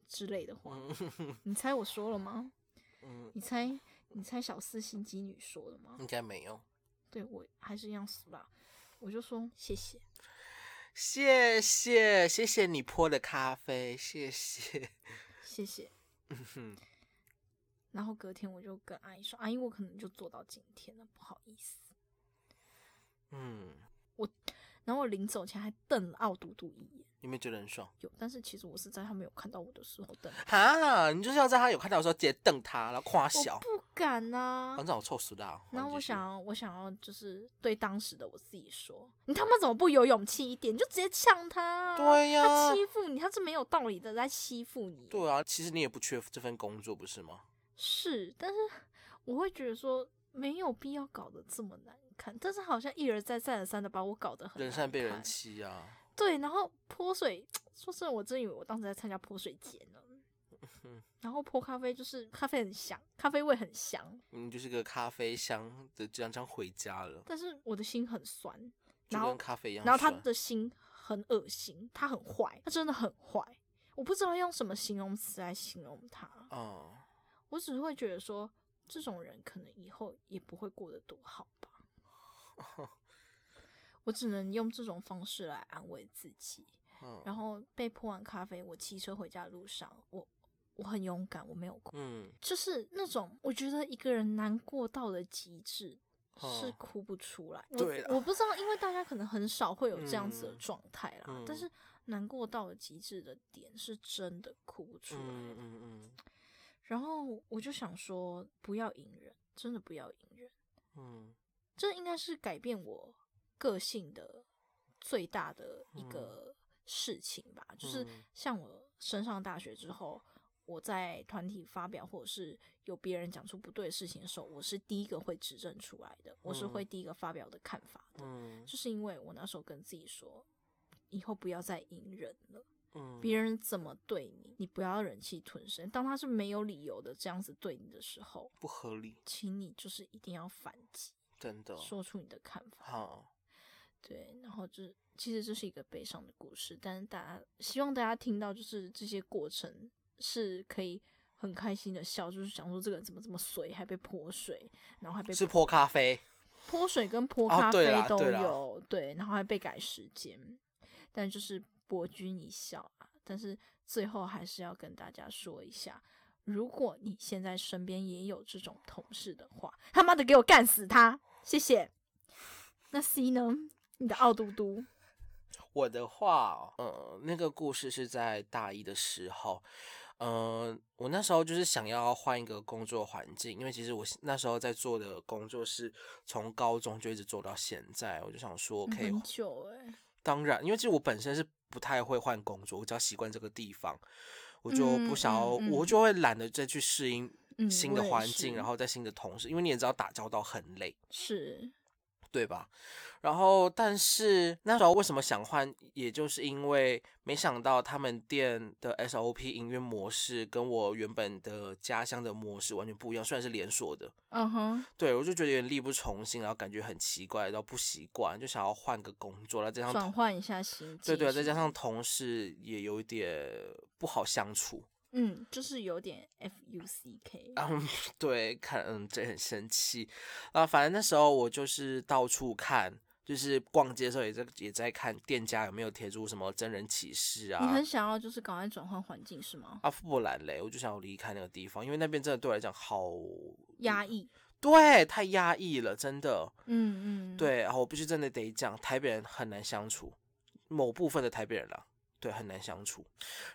Speaker 1: 之类的话，
Speaker 2: 嗯
Speaker 1: (laughs) 你猜我说了吗？
Speaker 2: 嗯，
Speaker 1: 你猜你猜小四心机女说的吗？
Speaker 2: 应该没有。
Speaker 1: 对我还是一样死吧，我就说谢谢。
Speaker 2: 谢谢谢谢你泼的咖啡，谢谢。 (laughs)
Speaker 1: 谢谢。
Speaker 2: 嗯哼
Speaker 1: 然后隔天我就跟阿姨说：“阿姨，我可能就做到今天了，不好意思。
Speaker 2: 嗯，”
Speaker 1: 然后我临走前还瞪了奥嘟嘟一眼，
Speaker 2: 有没有觉得很爽？
Speaker 1: 有，但是其实我是在他没有看到我的时候瞪，
Speaker 2: 哈，你就是要在他有看到的时候直接瞪他，然后夸
Speaker 1: 我
Speaker 2: 小，
Speaker 1: 不敢呐、
Speaker 2: 反正我臭死啦。
Speaker 1: 然后我
Speaker 2: 好你继续
Speaker 1: 想要，我想要就是对当时的我自己说，你他妈怎么不有勇气一点，你就直接呛他啊、
Speaker 2: 对呀、
Speaker 1: 他欺负你，他是没有道理的在欺负你。
Speaker 2: 对啊，其实你也不缺这份工作，不是吗？
Speaker 1: 是，但是我会觉得说没有必要搞得这么难看，但是好像一而再再而三的把我搞得很
Speaker 2: 人
Speaker 1: 难
Speaker 2: 善被人
Speaker 1: 看
Speaker 2: 欺啊。
Speaker 1: 对，然后泼水，说真的，我真以为我当时在参加泼水节
Speaker 2: (laughs)
Speaker 1: 呢。然后泼咖啡就是咖啡很香，咖啡味很香，
Speaker 2: 你就是个咖啡香的，这样这样回家了，
Speaker 1: 但是我的心很酸，
Speaker 2: 就
Speaker 1: 然后
Speaker 2: 跟咖啡一样
Speaker 1: 然后
Speaker 2: 酸。
Speaker 1: 他的心很恶心，他很坏，他真的很坏，我不知道用什么形容词来形容他，
Speaker 2: 嗯，
Speaker 1: 我只是会觉得说这种人可能以后也不会过得多好
Speaker 2: (laughs)
Speaker 1: 吧。我只能用这种方式来安慰自己。
Speaker 2: 嗯
Speaker 1: 然后被泼完咖啡，我骑车回家的路上，我我很勇敢，我没有哭，
Speaker 2: 嗯，
Speaker 1: 就是那种我觉得一个人难过到了极致。是
Speaker 2: 哦
Speaker 1: 哭不出来，
Speaker 2: 对啦
Speaker 1: 我我不知道，因为大家可能很少会有这样子的
Speaker 2: 嗯
Speaker 1: 状态啦。
Speaker 2: 嗯
Speaker 1: 但是难过到了极致的点，是真的哭不出来。
Speaker 2: 嗯嗯嗯
Speaker 1: 然后我就想说，不要隐忍，真的不要隐忍，
Speaker 2: 嗯
Speaker 1: 这应该是改变我个性的最大的一个事情吧。就是
Speaker 2: 嗯
Speaker 1: 像我升上大学之后，我在团体发表或者是有别人讲出不对的事情的时候，我是第一个会指正出来的，我是会第一个发表的看法的，
Speaker 2: 嗯
Speaker 1: 就是因为我那时候跟自己说，以后不要再隐忍了。
Speaker 2: 嗯，
Speaker 1: 别人怎么对你，你不要忍气吞声。当他是没有理由的这样子对你的时候，
Speaker 2: 不合理，
Speaker 1: 请你就是一定要反击，
Speaker 2: 真的。
Speaker 1: 说出你的看法。
Speaker 2: 好，
Speaker 1: 对，然后就是其实这是一个悲伤的故事，但是大家希望大家听到就是这些过程是可以很开心的笑，就是想说这个人怎么这么水，还被泼水，然后还被
Speaker 2: 是泼咖啡。
Speaker 1: 泼水跟泼
Speaker 2: 哦
Speaker 1: 咖
Speaker 2: 对
Speaker 1: 啡
Speaker 2: 啦
Speaker 1: 都
Speaker 2: 对啦
Speaker 1: 有，对，然后还被改时间，但就是博君一笑啊。但是最后还是要跟大家说一下，如果你现在身边也有这种同事的话，他妈的给我干死他，谢谢。那 C 呢？你的傲嘟嘟，
Speaker 2: 我的话哦，呃，那个故事是在大一的时候，呃，我那时候就是想要换一个工作环境，因为其实我是那时候在做的工作是从高中就一直做到现在，我就想说可以
Speaker 1: 很久哎、
Speaker 2: 当然，因为其实我本身是不太会换工作，我只要习惯这个地方，我就不
Speaker 1: 嗯
Speaker 2: 想要，
Speaker 1: 嗯
Speaker 2: 我
Speaker 1: 嗯
Speaker 2: 就会懒得再去适应
Speaker 1: 嗯
Speaker 2: 新
Speaker 1: 我
Speaker 2: 的
Speaker 1: 也
Speaker 2: 环境，
Speaker 1: 是
Speaker 2: 然后在新的同事，因为你也知道打交道很累，
Speaker 1: 是
Speaker 2: 对吧？然后，但是那时候为什么想换，也就是因为没想到他们店的 SOP 营运模式跟我原本的家乡的模式完全不一样，虽然是连锁的，
Speaker 1: 嗯哼，
Speaker 2: 对我就觉得有点力不从心，然后感觉很奇怪，然后不习惯，就想要换个工作，然后加上
Speaker 1: 转
Speaker 2: 同
Speaker 1: 换一下心境，
Speaker 2: 对对，再加上同事也有一点不好相处，
Speaker 1: 嗯，就是有点 F U C K，、
Speaker 2: 嗯，对，看，嗯，这很生气啊。反正那时候我就是到处看，就是逛街的时候也在也在看店家有没有贴出什么真人启事
Speaker 1: 你
Speaker 2: 啊
Speaker 1: 很。想要就是赶快转换环境是吗？
Speaker 2: 啊，不然嘞，我就想要离开那个地方，因为那边真的对我来讲好嗯
Speaker 1: 压，抑，
Speaker 2: 对，太压抑了，真的。
Speaker 1: 嗯嗯，
Speaker 2: 对，然后我必须真的得讲，台北人很难相处，某部分的台北人啦，对，很难相处。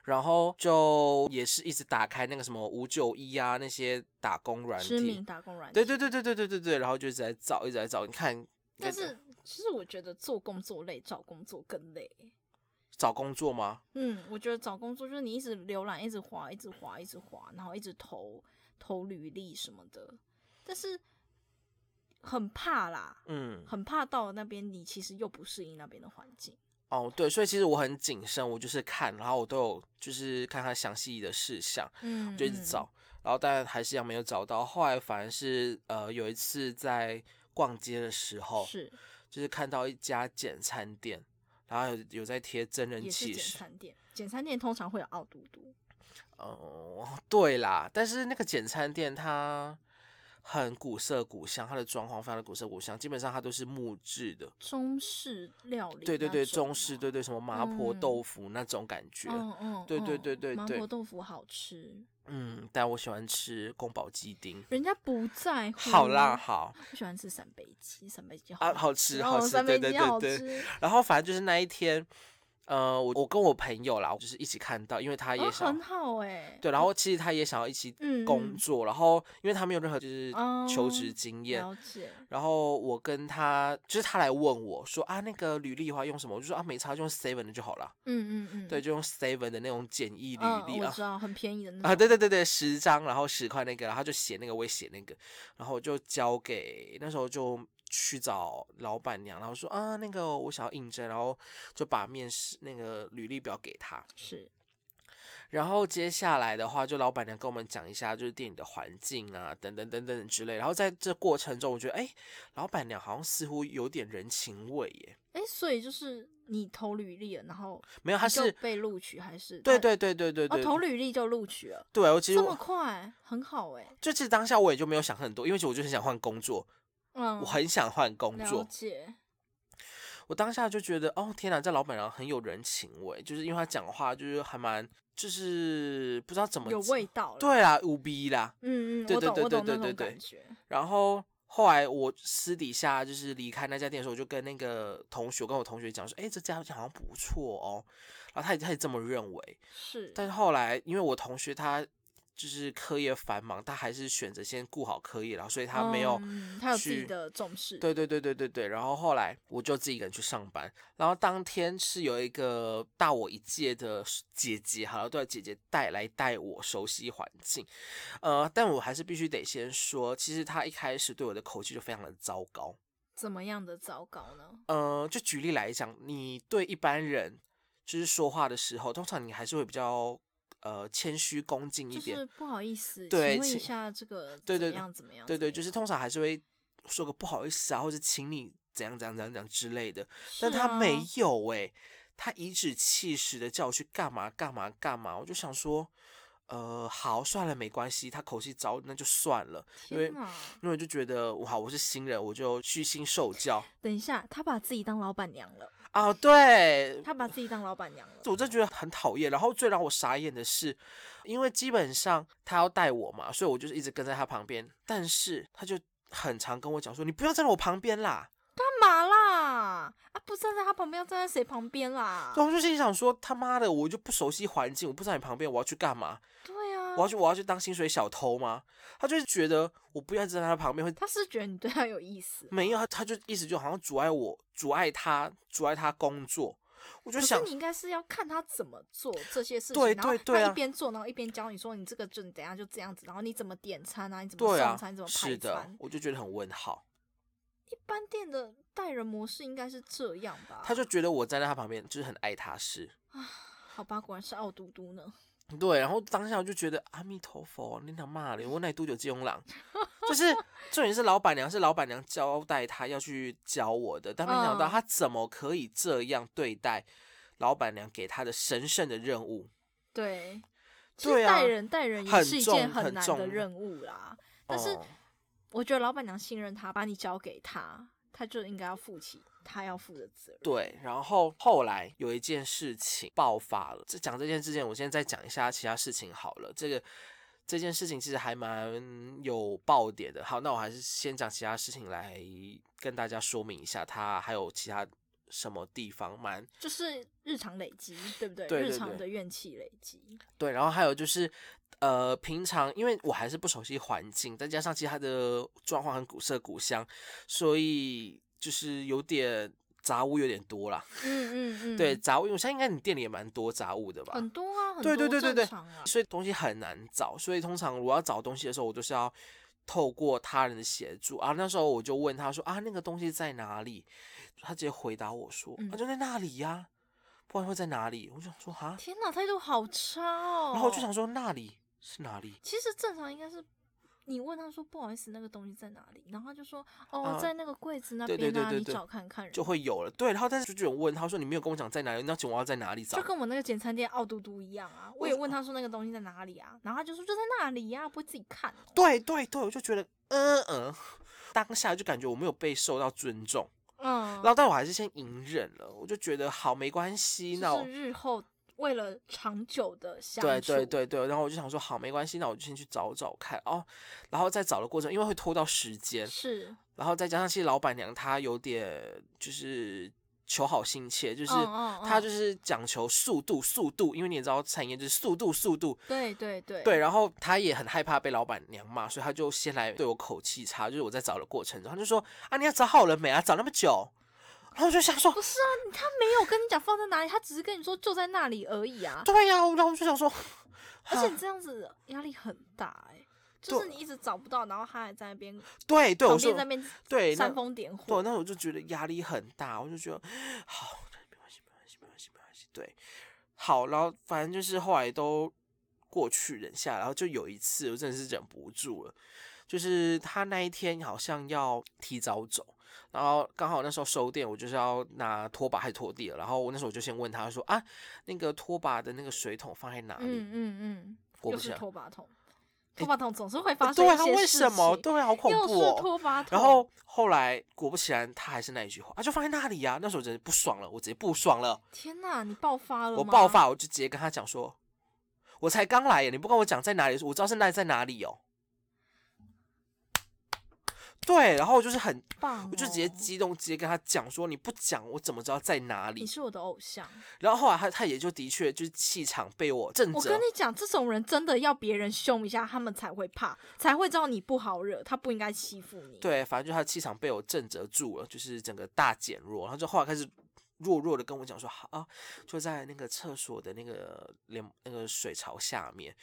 Speaker 2: 然后就也是一直打开那个什么五九一啊那些打工软
Speaker 1: 知
Speaker 2: 体
Speaker 1: 名，打工软体。
Speaker 2: 对对对对对对对对，然后就一直在找，一直在找。你看，你
Speaker 1: 但
Speaker 2: 看
Speaker 1: 是其实我觉得做工作累，找工作更累。
Speaker 2: 找工作吗？
Speaker 1: 嗯，我觉得找工作就是你一直浏览，一直滑，一直滑，一直滑，然后一直投投履历什么的，但是很怕啦，
Speaker 2: 嗯，
Speaker 1: 很怕到了那边你其实又不适应那边的环境。
Speaker 2: 哦，对，所以其实我很谨慎，我就是看，然后我都有就是看他详细的事项，
Speaker 1: 嗯，
Speaker 2: 就一直
Speaker 1: 嗯
Speaker 2: 找，然后但还是一样没有找到。后来反而是呃有一次在逛街的时候，
Speaker 1: 是
Speaker 2: 就是看到一家简餐店，然后有有在贴真人
Speaker 1: 也是
Speaker 2: 启
Speaker 1: 简
Speaker 2: 事。
Speaker 1: 餐店，简餐店通常会有傲嘟嘟，
Speaker 2: 哦，对啦，但是那个简餐店它很古色古香，它的装潢非常的古色古香，基本上它都是木质的。
Speaker 1: 中式料理那种吗。
Speaker 2: 对对对，中式，对对，什么麻婆
Speaker 1: 嗯
Speaker 2: 豆腐那种感觉，
Speaker 1: 嗯嗯，
Speaker 2: 对对
Speaker 1: 嗯
Speaker 2: 对对
Speaker 1: 麻
Speaker 2: 对
Speaker 1: 婆豆腐好吃，
Speaker 2: 嗯，但我喜欢吃宫保鸡丁。
Speaker 1: 人家不在乎。
Speaker 2: 好啦，好
Speaker 1: 我喜欢吃三杯鸡，三杯鸡
Speaker 2: 啊，
Speaker 1: 好
Speaker 2: 好吃
Speaker 1: 然后
Speaker 2: 好吃，
Speaker 1: 哦三
Speaker 2: 对
Speaker 1: 杯
Speaker 2: 对
Speaker 1: 鸡好
Speaker 2: 对对。
Speaker 1: 吃。
Speaker 2: 然后反正就是那一天，呃，我我跟我朋友啦，就是一起看到，因为他
Speaker 1: 哦
Speaker 2: 也想
Speaker 1: 很好哎、
Speaker 2: 对，然后其实他也想要一起
Speaker 1: 嗯
Speaker 2: 工
Speaker 1: 嗯
Speaker 2: 作，然后因为他没有任何就是
Speaker 1: 哦
Speaker 2: 求职经验，
Speaker 1: 了解，
Speaker 2: 然后我跟他就是他来问我说啊，那个履历的话用什么？我就说啊，没差，就用 seven 的就好了。
Speaker 1: 嗯嗯嗯，
Speaker 2: 对，就用 seven 的那种简易履
Speaker 1: 嗯
Speaker 2: 历
Speaker 1: 我
Speaker 2: 啊
Speaker 1: 知道很便宜的那
Speaker 2: 啊，
Speaker 1: 种，
Speaker 2: 对对对对，十张，然后十块那个，然后他就写那个，我也写那个，然后我就交给那时候就去找老板娘，然后说啊，那个我想要应征，然后就把面试那个履历表给他，
Speaker 1: 是
Speaker 2: 然后接下来的话，就老板娘跟我们讲一下，就是电影的环境啊，等等等等之类。然后在这过程中，我觉得，哎，老板娘好像似乎有点人情味耶。
Speaker 1: 哎、所以就是你投履历了，然后
Speaker 2: 没有，
Speaker 1: 你
Speaker 2: 她
Speaker 1: 就是被录取还是？
Speaker 2: 对
Speaker 1: 他
Speaker 2: 对对对对对，
Speaker 1: 哦，投履历就录取了，
Speaker 2: 对，我其实
Speaker 1: 这么
Speaker 2: 我
Speaker 1: 快，很好哎、
Speaker 2: 就其实当下我也就没有想很多，因为其实我就很想换工作，
Speaker 1: 嗯，
Speaker 2: 我很想换工
Speaker 1: 了
Speaker 2: 作。
Speaker 1: 解，
Speaker 2: 我当下就觉得，哦天哪，这老板娘很有人情味，就是因为她讲话就是还蛮，就是不知道怎么
Speaker 1: 有
Speaker 2: 讲
Speaker 1: 味道了，
Speaker 2: 对啦，无逼啦，
Speaker 1: 嗯嗯，
Speaker 2: 对
Speaker 1: 我
Speaker 2: 对
Speaker 1: 懂
Speaker 2: 对
Speaker 1: 我
Speaker 2: 对
Speaker 1: 懂那
Speaker 2: 对
Speaker 1: 种
Speaker 2: 对
Speaker 1: 感
Speaker 2: 对
Speaker 1: 觉，
Speaker 2: 然后后来我私底下就是离开那家店的时候，我就跟那个同学，我跟我同学讲说，哎，这家好像不错哦。然后他也他也这么认为，
Speaker 1: 是，
Speaker 2: 但是后来因为我同学他就是课业繁忙，他还是选择先顾好课业，然后所以他没有。
Speaker 1: 嗯他有自己
Speaker 2: 去
Speaker 1: 的重视，
Speaker 2: 对对对对对对，然后后来我就自己一个人去上班，然后当天是有一个大我一届的姐姐，好了，对姐姐带来带我熟悉环境，呃，但我还是必须得先说，其实她一开始对我的口气就非常的糟糕，
Speaker 1: 怎么样的糟糕呢？
Speaker 2: 呃，就举例来讲，你对一般人就是说话的时候，通常你还是会比较呃谦虚恭敬一
Speaker 1: 就
Speaker 2: 点，
Speaker 1: 是不好意思，
Speaker 2: 对
Speaker 1: 请问一
Speaker 2: 请
Speaker 1: 下这个
Speaker 2: 对
Speaker 1: 怎
Speaker 2: 对
Speaker 1: 么样怎么样？，
Speaker 2: 对对，就是是通常还是会说个不好意思啊，或者请你怎样怎样怎样怎样之类的。但
Speaker 1: 是
Speaker 2: 他没
Speaker 1: 啊
Speaker 2: 有哎、他颐指气使的叫我去干嘛干嘛干嘛，我就想说，呃，好，算了，没关系，他口气糟，那就算了，因为
Speaker 1: 天哪！
Speaker 2: 因为我就觉得，哇，我是新人，我就虚心受教
Speaker 1: 等一下，他把自己当老板娘了，
Speaker 2: 啊，对。
Speaker 1: 他把自己当老板娘了，
Speaker 2: 我真觉得很讨厌，然后最让我傻眼的是，因为基本上他要带我嘛，所以我就是一直跟在他旁边。但是他就很常跟我讲说：“你不要站在我旁边啦。
Speaker 1: 干嘛啦？啊，不站在他旁边，要站在谁旁边啦
Speaker 2: 然？后我就心里想说：“他妈的，我就不熟悉环境，我不在你旁边，我要去干嘛？
Speaker 1: 对啊
Speaker 2: 我，要去我要去当薪水小偷吗？他就是觉得我不要站在他旁边会
Speaker 1: 他是觉得你对他有意思，
Speaker 2: 没有，他他就意思就好像阻碍我阻碍他阻碍他工作。我 (laughs) 就
Speaker 1: 可
Speaker 2: 想
Speaker 1: 是你应该是要看他怎么做这些事情，
Speaker 2: 对
Speaker 1: 然后
Speaker 2: 对对
Speaker 1: 他
Speaker 2: 啊
Speaker 1: 一边做，然后一边教你说你这个就你等一下就这样子，然后你怎么点餐啊，你怎么
Speaker 2: 对
Speaker 1: 送
Speaker 2: 啊
Speaker 1: 餐，你怎，么排
Speaker 2: 是的
Speaker 1: 餐，。
Speaker 2: 我就觉得很问号。
Speaker 1: 一般店的待人模式应该是这样吧？
Speaker 2: 他就觉得我站在他旁边就是很碍他事。
Speaker 1: 好吧，果然是傲嘟嘟呢。
Speaker 2: 对，然后当下我就觉得阿弥陀佛，你他骂你，我乃多久金庸郎，
Speaker 1: (laughs)
Speaker 2: 就是重点是老板娘是老板娘交代他要去教我的，但没想到
Speaker 1: 嗯
Speaker 2: 他怎么可以这样对待老板娘给他的神圣的任务？
Speaker 1: 对，其实
Speaker 2: 对啊
Speaker 1: 待人待人也
Speaker 2: 很
Speaker 1: 是一
Speaker 2: 重
Speaker 1: 件
Speaker 2: 很
Speaker 1: 难
Speaker 2: 重
Speaker 1: 的任务啦。但是
Speaker 2: 哦
Speaker 1: 我觉得老板娘信任他，把你交给他，他就应该要负起他要负的责任。
Speaker 2: 对，然后后来有一件事情爆发了。这讲这件事情，我现在再讲一下其他事情好了。这个这件事情其实还蛮有爆点的。好，那我还是先讲其他事情来跟大家说明一下，它还有其他什么地方蛮
Speaker 1: 就是日常累积，对不对？
Speaker 2: 对对
Speaker 1: 日常
Speaker 2: 对
Speaker 1: 的怨气累积，
Speaker 2: 对。然后还有就是，呃，平常因为我还是不熟悉环境，再加上其他的状况很古色古香，所以就是有点杂物有点多啦。
Speaker 1: 嗯嗯嗯，
Speaker 2: 对，，杂物，我相信应该你店里也蛮多杂物的吧？
Speaker 1: 很多啊，很多
Speaker 2: 对对对对对
Speaker 1: 正常啊，
Speaker 2: 所以东西很难找，所以通常我要找东西的时候，我就是要透过他人的协助啊。那时候我就问他说啊，那个东西在哪里？他直接回答我说、
Speaker 1: 嗯
Speaker 2: 啊，就在那里呀、不然会在哪里？我就想说啊，
Speaker 1: 天哪，态度好差哦。
Speaker 2: 然后我就想，说那里是哪里？
Speaker 1: 其实正常应该是。你问他说不好意思，那个东西在哪里？然后他就说哦，
Speaker 2: 啊
Speaker 1: 在那个柜子那
Speaker 2: 对
Speaker 1: 边啊，
Speaker 2: 对对对
Speaker 1: 你
Speaker 2: 对
Speaker 1: 找看看。
Speaker 2: 就会有了，对，然后但是就有人问他说：“你没有跟我讲在哪里，那请问我要在哪里找
Speaker 1: 就跟我那个简餐店傲嘟嘟一样啊，我也问他说那个东西在哪里啊，然后他就说就在那里呀、不会自己看、哦？”。
Speaker 2: 对对对，我就觉得嗯嗯，当下就感觉我没有被受到尊重，
Speaker 1: 嗯，
Speaker 2: 然后但我还是先隐忍了，我就觉得好没关系，那
Speaker 1: 就
Speaker 2: 我
Speaker 1: 是日后为了长久的相
Speaker 2: 对
Speaker 1: 处，
Speaker 2: 对对对，然后我就想说，好，没关系，那我就先去找找看哦。然后在找的过程，因为会拖到时间，
Speaker 1: 是
Speaker 2: 然后再加上其实老板娘她有点就是求好心切，就是
Speaker 1: 嗯嗯嗯
Speaker 2: 他就是讲求速度，速度，因为你也知道产业就是速度，速度。
Speaker 1: 对对对
Speaker 2: 对，然后他也很害怕被老板娘骂，所以他就先来对我口气差，就是我在找的过程中，他就说啊，你要找好了没啊？找那么久，然后我就想说
Speaker 1: 不，是啊，他没有跟你讲放在哪里，他只是跟你说就在那里而已啊。
Speaker 2: 对呀、然后我就想说，
Speaker 1: 而且你这样子压力很大哎、就是
Speaker 2: 对
Speaker 1: 你一直找不到，然后他还在那边
Speaker 2: 对对，我
Speaker 1: 旁
Speaker 2: 说
Speaker 1: 边在那边
Speaker 2: 对那
Speaker 1: 煽风点
Speaker 2: 对，
Speaker 1: 火，
Speaker 2: 那我就觉得压力很大，我就觉得好，没关系，没关系，没关系，没关系，对，好，然后反正就是后来都过去忍下来，然后就有一次我真的是忍不住了，就是他那一天好像要提早走。然后刚好那时候收店，我就是要拿拖把还是拖地了。然后我那时候我就先问他说：“啊，那个拖把的那个水桶放在哪里？”
Speaker 1: 嗯嗯
Speaker 2: 我
Speaker 1: 嗯，
Speaker 2: 不
Speaker 1: 又
Speaker 2: 知
Speaker 1: 是
Speaker 2: 道
Speaker 1: 拖把桶，拖把桶总是会发
Speaker 2: 呃
Speaker 1: 生一
Speaker 2: 对
Speaker 1: 些
Speaker 2: 啊，为
Speaker 1: 事
Speaker 2: 什么？
Speaker 1: 情
Speaker 2: 对啊，好恐
Speaker 1: 又
Speaker 2: 怖
Speaker 1: 是
Speaker 2: 哦！
Speaker 1: 拖把桶，
Speaker 2: 然后后来果不其然，他还是那一句话啊，就放在那里呀、那时候我真的不爽了，我直接不爽了，
Speaker 1: 天哪，你爆发了吗？
Speaker 2: 我爆，发，我就直接跟他讲说，我才刚来耶，你不跟我讲在哪里，我知道是那里在哪里哦。对，然后我就是很，
Speaker 1: 棒、哦！
Speaker 2: 我就直接激动，直接跟他讲说，你不讲我怎么知道在哪
Speaker 1: 你
Speaker 2: 里？
Speaker 1: 是我的偶像。
Speaker 2: 然后后来他他也就的确就是气场被我震
Speaker 1: 我
Speaker 2: 慑
Speaker 1: 跟你，讲，这种人真的要别人凶一下，他们才会怕，才会知道你不好惹，他不应该欺负你。，
Speaker 2: 对，反正就他的气场被我震慑住了，就是整个大减弱。然后就后来开始弱弱的跟我讲说，好啊，就在那个厕所的那个连那个水槽下面。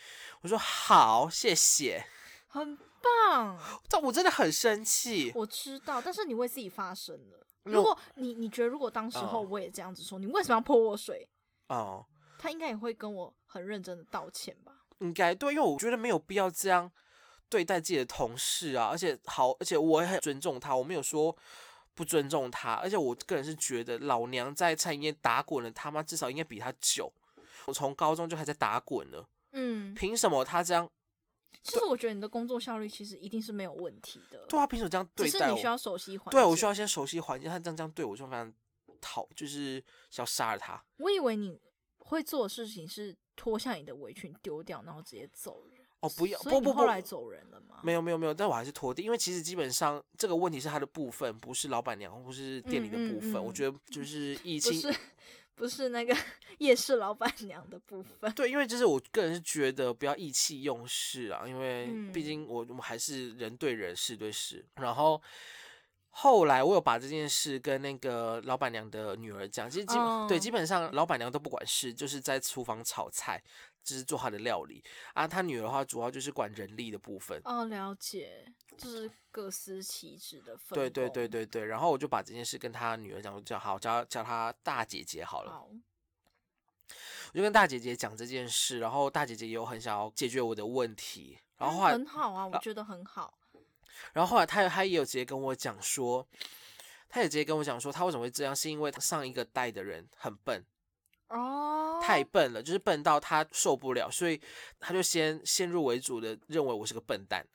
Speaker 2: 我说好，谢谢。
Speaker 1: 很棒，
Speaker 2: 但我真的很生气，
Speaker 1: 我知道，但是你为自己发声了。
Speaker 2: 那
Speaker 1: 如
Speaker 2: 我
Speaker 1: 果你你觉得如果当时候
Speaker 2: 嗯
Speaker 1: 我也这样子说，你为什么要泼我水？
Speaker 2: 哦、
Speaker 1: 他应该也会跟我很认真的道歉吧？
Speaker 2: 应该对，因为我觉得没有必要这样对待自己的同事啊。而且好，而且我也很尊重他，我没有说。不尊重他，而且我个人是觉得老娘在餐饮业打滚了，他妈至少应该比他久。我从高中就还在打滚了，
Speaker 1: 嗯，
Speaker 2: 凭什么他这样
Speaker 1: 其实我觉得你的工作效率其实一定是没有问题的，
Speaker 2: 对啊，凭什么这样
Speaker 1: 只
Speaker 2: 对
Speaker 1: 是
Speaker 2: 待
Speaker 1: 你需要
Speaker 2: 我？
Speaker 1: 熟悉环境。
Speaker 2: 对啊我需要先熟悉环境，他这样这样对我，就非常讨，就是想杀了他。
Speaker 1: 我以为你会做的事情是脱下你的围裙丢掉，然后直接走人。
Speaker 2: 哦，不要，
Speaker 1: 所以
Speaker 2: 不
Speaker 1: 你
Speaker 2: 不不
Speaker 1: 后，来走人了吗？
Speaker 2: 没有没有没有，但我还是拖地，因为其实基本上这个问题是他的部分，不是老板娘或是店里的
Speaker 1: 嗯
Speaker 2: 部分。
Speaker 1: 嗯
Speaker 2: 我
Speaker 1: 嗯
Speaker 2: 觉得就是疫
Speaker 1: 不
Speaker 2: 情，
Speaker 1: 是不是那个 (laughs) 夜市老板娘的部分。
Speaker 2: 对，因为就是我个人是觉得不要意气用事啊，因为毕
Speaker 1: 嗯
Speaker 2: 竟我我们还是人对人，事对事。然后后来我有把这件事跟那个老板娘的女儿讲，其实基本、对
Speaker 1: 哦
Speaker 2: 基本上老板娘都不管事，就是在厨房炒菜，就是做她的料理啊。她女儿的话主要就是管人力的部分。
Speaker 1: 哦，了解，就是各司其职的分工。
Speaker 2: 对对对对对，然后我就把这件事跟她女儿讲，我叫好叫她叫她大姐姐好了。
Speaker 1: 好，
Speaker 2: 我就跟大姐姐讲这件事，然后大姐姐也有很想要解决我的问题，然后
Speaker 1: 嗯
Speaker 2: 后来
Speaker 1: 很好啊，我
Speaker 2: 啊
Speaker 1: 觉得很好。
Speaker 2: 然后后来他他也有直接跟我讲说，他也直接跟我讲说，他为什么会这样，是因为上一个带的人很笨，
Speaker 1: 哦，
Speaker 2: 太笨了，就是笨到他受不了，所以他就先先入为主的认为我是个笨
Speaker 1: (laughs)
Speaker 2: 蛋。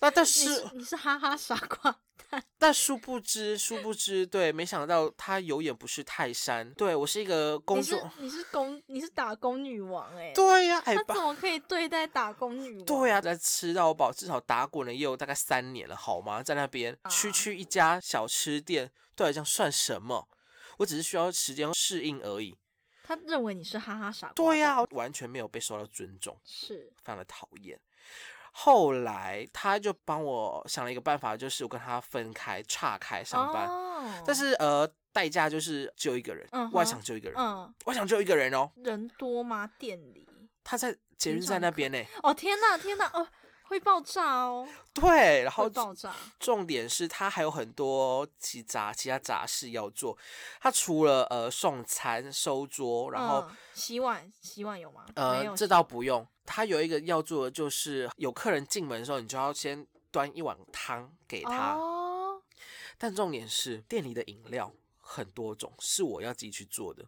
Speaker 2: 那但
Speaker 1: 你
Speaker 2: 是
Speaker 1: 是你是哈哈傻瓜，
Speaker 2: 但殊不知殊不知，对，没想到他有眼不识泰山，对我是一个工
Speaker 1: 你是
Speaker 2: 作，
Speaker 1: 你是工你是打工女王哎、
Speaker 2: 对呀、哎
Speaker 1: 他
Speaker 2: 吧
Speaker 1: 怎。么可以对待打工女王？
Speaker 2: 对呀、啊在吃到饱，至少打滚了也有大概三年了，好吗？在那边区
Speaker 1: 啊
Speaker 2: 区一家小吃店，对我来讲算什么？我只是需要时间适应而已。
Speaker 1: 他认为你是哈哈傻瓜。
Speaker 2: 对呀、完全没有被受到尊重，
Speaker 1: 是
Speaker 2: 非常的讨厌。后来他就帮我想了一个办法，就是我跟他分开、岔开上班，
Speaker 1: 哦、
Speaker 2: 但是呃，代价就是只有一个人，
Speaker 1: 嗯
Speaker 2: 外
Speaker 1: 哼
Speaker 2: 场只有一个人，
Speaker 1: 嗯，
Speaker 2: 外场只有一个人哦。
Speaker 1: 人多吗？店里？
Speaker 2: 他在捷
Speaker 1: 平
Speaker 2: 运站那
Speaker 1: 常可
Speaker 2: 边呢，
Speaker 1: 哦天哪，天哪，哦，会爆炸哦，
Speaker 2: 对，然后
Speaker 1: 会爆炸。
Speaker 2: 重点是他还有很多其杂其他杂事要做，他除了呃送餐、收桌，然后、
Speaker 1: 嗯、洗碗，洗碗有吗？嗯没有
Speaker 2: 呃这
Speaker 1: 洗
Speaker 2: 倒
Speaker 1: 碗
Speaker 2: 不用，他有一个要做的就是有客人进门的时候，你就要先端一碗汤给他。
Speaker 1: 哦，
Speaker 2: 但重点是店里的饮料很多种，是我要自己去做的。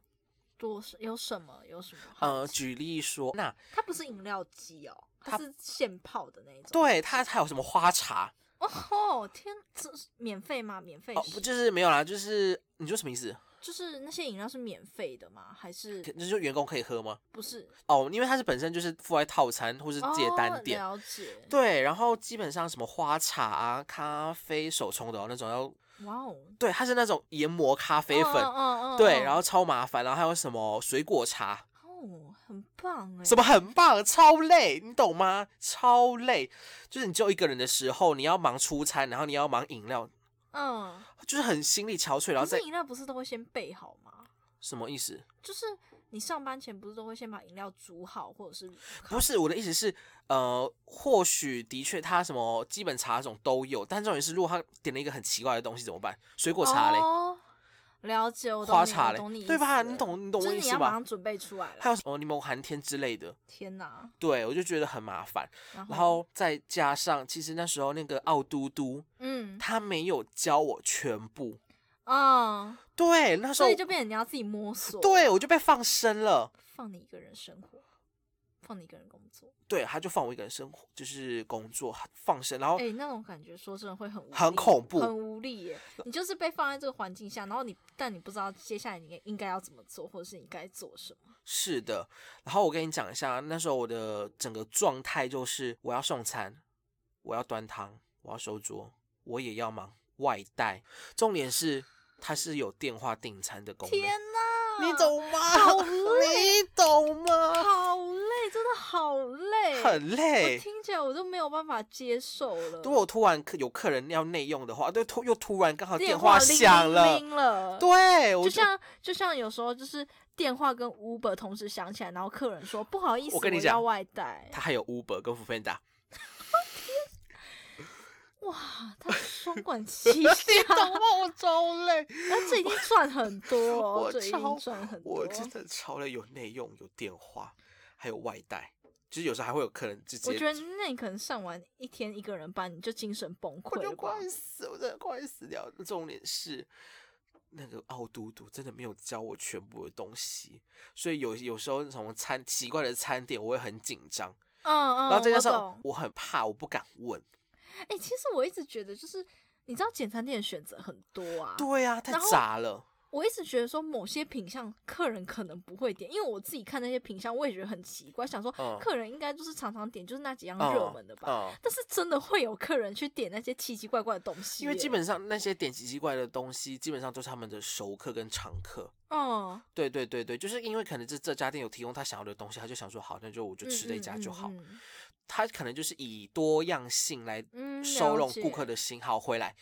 Speaker 1: 多是有什么？有什么好奇？
Speaker 2: 呃，举例说，那
Speaker 1: 它不是饮料机哦，它
Speaker 2: 它
Speaker 1: 是现泡的那一种。
Speaker 2: 对他还有什么花茶？
Speaker 1: 哦吼，天，这是免费吗？免费
Speaker 2: 哦，
Speaker 1: 是
Speaker 2: 不就是没有啦，就是你说什么意思？
Speaker 1: 就是那些饮料是免费的吗？还是
Speaker 2: 就是说员工可以喝吗？
Speaker 1: 不是？
Speaker 2: 哦，因为它是本身就是附带套餐或是自己的
Speaker 1: 哦
Speaker 2: 单点。
Speaker 1: 了解。
Speaker 2: 对，然后基本上什么花茶啊、咖啡手冲的、哦、那种要
Speaker 1: 哇哦，
Speaker 2: 对，它是那种研磨咖啡粉，
Speaker 1: 嗯嗯嗯，
Speaker 2: 对，然
Speaker 1: 后
Speaker 2: 后超麻烦，然后还有什么水果茶，
Speaker 1: 哦，很棒哎，
Speaker 2: 什么很棒，超累，你懂吗？超累，就是你只有一个人的时候，你要忙出餐，然后你要忙饮料，
Speaker 1: 嗯，
Speaker 2: 就是很心力憔悴，然
Speaker 1: 可
Speaker 2: 后再
Speaker 1: 是饮料不是都会先备好吗？
Speaker 2: 什么意思？
Speaker 1: 就是你上班前不是都会先把饮料煮好，或者是
Speaker 2: 不是我的意思是，呃，或许的确它什么基本茶这种都有，但重点是如果他点了一个很奇怪的东西怎么办？水果茶嘞，
Speaker 1: 哦，了解，我懂
Speaker 2: 花
Speaker 1: 你
Speaker 2: 茶
Speaker 1: 我
Speaker 2: 嘞
Speaker 1: 懂你意，
Speaker 2: 对吧？
Speaker 1: 思
Speaker 2: 你
Speaker 1: 了
Speaker 2: 懂你懂
Speaker 1: 就
Speaker 2: 我
Speaker 1: 是
Speaker 2: 意
Speaker 1: 你
Speaker 2: 思
Speaker 1: 要马
Speaker 2: 吧？
Speaker 1: 上准备出来了。
Speaker 2: 还有什么柠檬寒天之类的，
Speaker 1: 天哪！
Speaker 2: 对我就觉得很麻烦。
Speaker 1: 然后，
Speaker 2: 然后再加上，其实那时候那个奥嘟嘟
Speaker 1: 嗯
Speaker 2: 他没有教我全部，
Speaker 1: 啊，
Speaker 2: 对，那时候
Speaker 1: 所以就变成你要自己摸索，，
Speaker 2: 对我就被放生了，
Speaker 1: 放你一个人生活，放你一个人工作，
Speaker 2: 对，他就放我一个人生活，就是工作放生，然后
Speaker 1: 哎、那种感觉说真的会很无
Speaker 2: 很
Speaker 1: 力
Speaker 2: 恐怖
Speaker 1: 很无力耶。你就是被放在这个环境下，然后你但你不知道接下来你应该要怎么做，或者是你该做什么。
Speaker 2: 是的，然后我跟你讲一下，那时候我的整个状态就是，我要送餐，我要端汤，我要收桌，我也要忙外带。重点是，它是有电话订餐的功能，
Speaker 1: 天哪，
Speaker 2: 你懂吗？
Speaker 1: 啊好
Speaker 2: 你懂吗？
Speaker 1: 好累，真的好累，
Speaker 2: 很
Speaker 1: 我
Speaker 2: 累。
Speaker 1: 听起来我都没有办法接受了。
Speaker 2: 如果突然客有客人要内用的话，对，突又突然刚好电
Speaker 1: 话
Speaker 2: 话
Speaker 1: 铃
Speaker 2: 响
Speaker 1: 铃
Speaker 2: 了，
Speaker 1: 铃了，
Speaker 2: 对，我
Speaker 1: 就像就像有时候就是电话跟 Uber 同时响起来，然后客人说不好意思，
Speaker 2: 我
Speaker 1: 我
Speaker 2: 跟你
Speaker 1: 要
Speaker 2: 讲
Speaker 1: 外带，
Speaker 2: 他还有 Uber 跟 f o o p a n d a
Speaker 1: (laughs) 哇，啊他双管
Speaker 2: (laughs)
Speaker 1: 齐下，
Speaker 2: 懂吗？我超累，
Speaker 1: 那这已经赚很多哦，
Speaker 2: 我
Speaker 1: 这已
Speaker 2: 超
Speaker 1: 经赚很多
Speaker 2: 我。真的超累，有内用，有电话，还有外带，就是有时候还会有客人直接，
Speaker 1: 我觉得那你可能上完一天一个人班，你就精神崩
Speaker 2: 我
Speaker 1: 溃
Speaker 2: 就
Speaker 1: 了吧？
Speaker 2: 快死，我真的快死掉。重点是那个奥嘟嘟真的没有教我全部的东西，所以有有时候什么餐奇怪的餐点我会很紧张，
Speaker 1: 嗯嗯，
Speaker 2: 然后再加
Speaker 1: 我
Speaker 2: 上
Speaker 1: 懂
Speaker 2: 我很怕，我不敢问。
Speaker 1: 哎、其实我一直觉得就是。你知道简餐店的选择很多啊，
Speaker 2: 对啊，太
Speaker 1: 然后
Speaker 2: 杂了。
Speaker 1: 我一直觉得说某些品相客人可能不会点，因为我自己看那些品相，我也觉得很奇怪，想说
Speaker 2: 嗯
Speaker 1: 客人应该就是常常点就是那几样
Speaker 2: 嗯
Speaker 1: 热门的吧。
Speaker 2: 嗯
Speaker 1: 但是真的会有客人去点那些奇奇怪怪的东西耶，
Speaker 2: 因为基本上那些点奇奇怪的东西，基本上都是他们的熟客跟常客。
Speaker 1: 嗯，
Speaker 2: 对对对对，就是因为可能这这家店有提供他想要的东西，他就想说好，那就我就吃这一家就好。
Speaker 1: 嗯，嗯
Speaker 2: 他可能就是以多样性来
Speaker 1: 嗯
Speaker 2: 收
Speaker 1: 了
Speaker 2: 拢
Speaker 1: 解
Speaker 2: 顾客的心，好回来。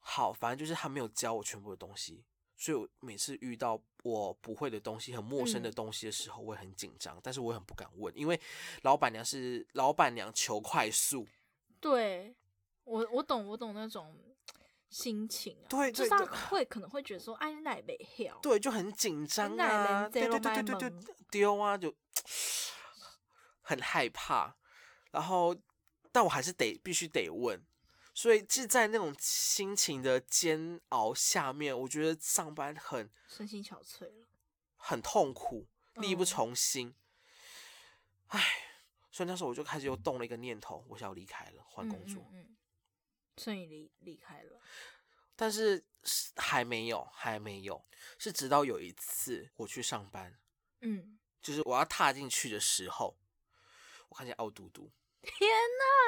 Speaker 2: 好，反正就是他没有教我全部的东西，所以我每次遇到我不会的东西、很陌生的
Speaker 1: 嗯
Speaker 2: 东西的时候，我也很紧张，但是我也很不敢问，因为老板娘是老板娘求快速，
Speaker 1: 对我我懂我懂那种心情啊，
Speaker 2: 对
Speaker 1: 就是
Speaker 2: 对
Speaker 1: 他
Speaker 2: 对
Speaker 1: 会可能会觉得说，哎，奶没hiểu，
Speaker 2: 对，就很紧张
Speaker 1: 奶奶
Speaker 2: 啊，
Speaker 1: 你
Speaker 2: 对
Speaker 1: 在
Speaker 2: 对
Speaker 1: 弄
Speaker 2: 对
Speaker 1: 卖
Speaker 2: 对对
Speaker 1: 萌
Speaker 2: 对，丢啊，就很害怕。然后，但我还是得必须得问，所以是在那种心情的煎熬下面，我觉得上班很
Speaker 1: 身心憔悴了，
Speaker 2: 很痛苦，力不
Speaker 1: 嗯
Speaker 2: 从心。唉，所以那时候我就开始又动了一个念头，我想要离开了，换工作，
Speaker 1: 嗯嗯嗯所以离离开了，
Speaker 2: 但是是还没有，还没有，是直到有一次我去上班，
Speaker 1: 嗯，
Speaker 2: 就是我要踏进去的时候，我看见奥嘟嘟，
Speaker 1: 天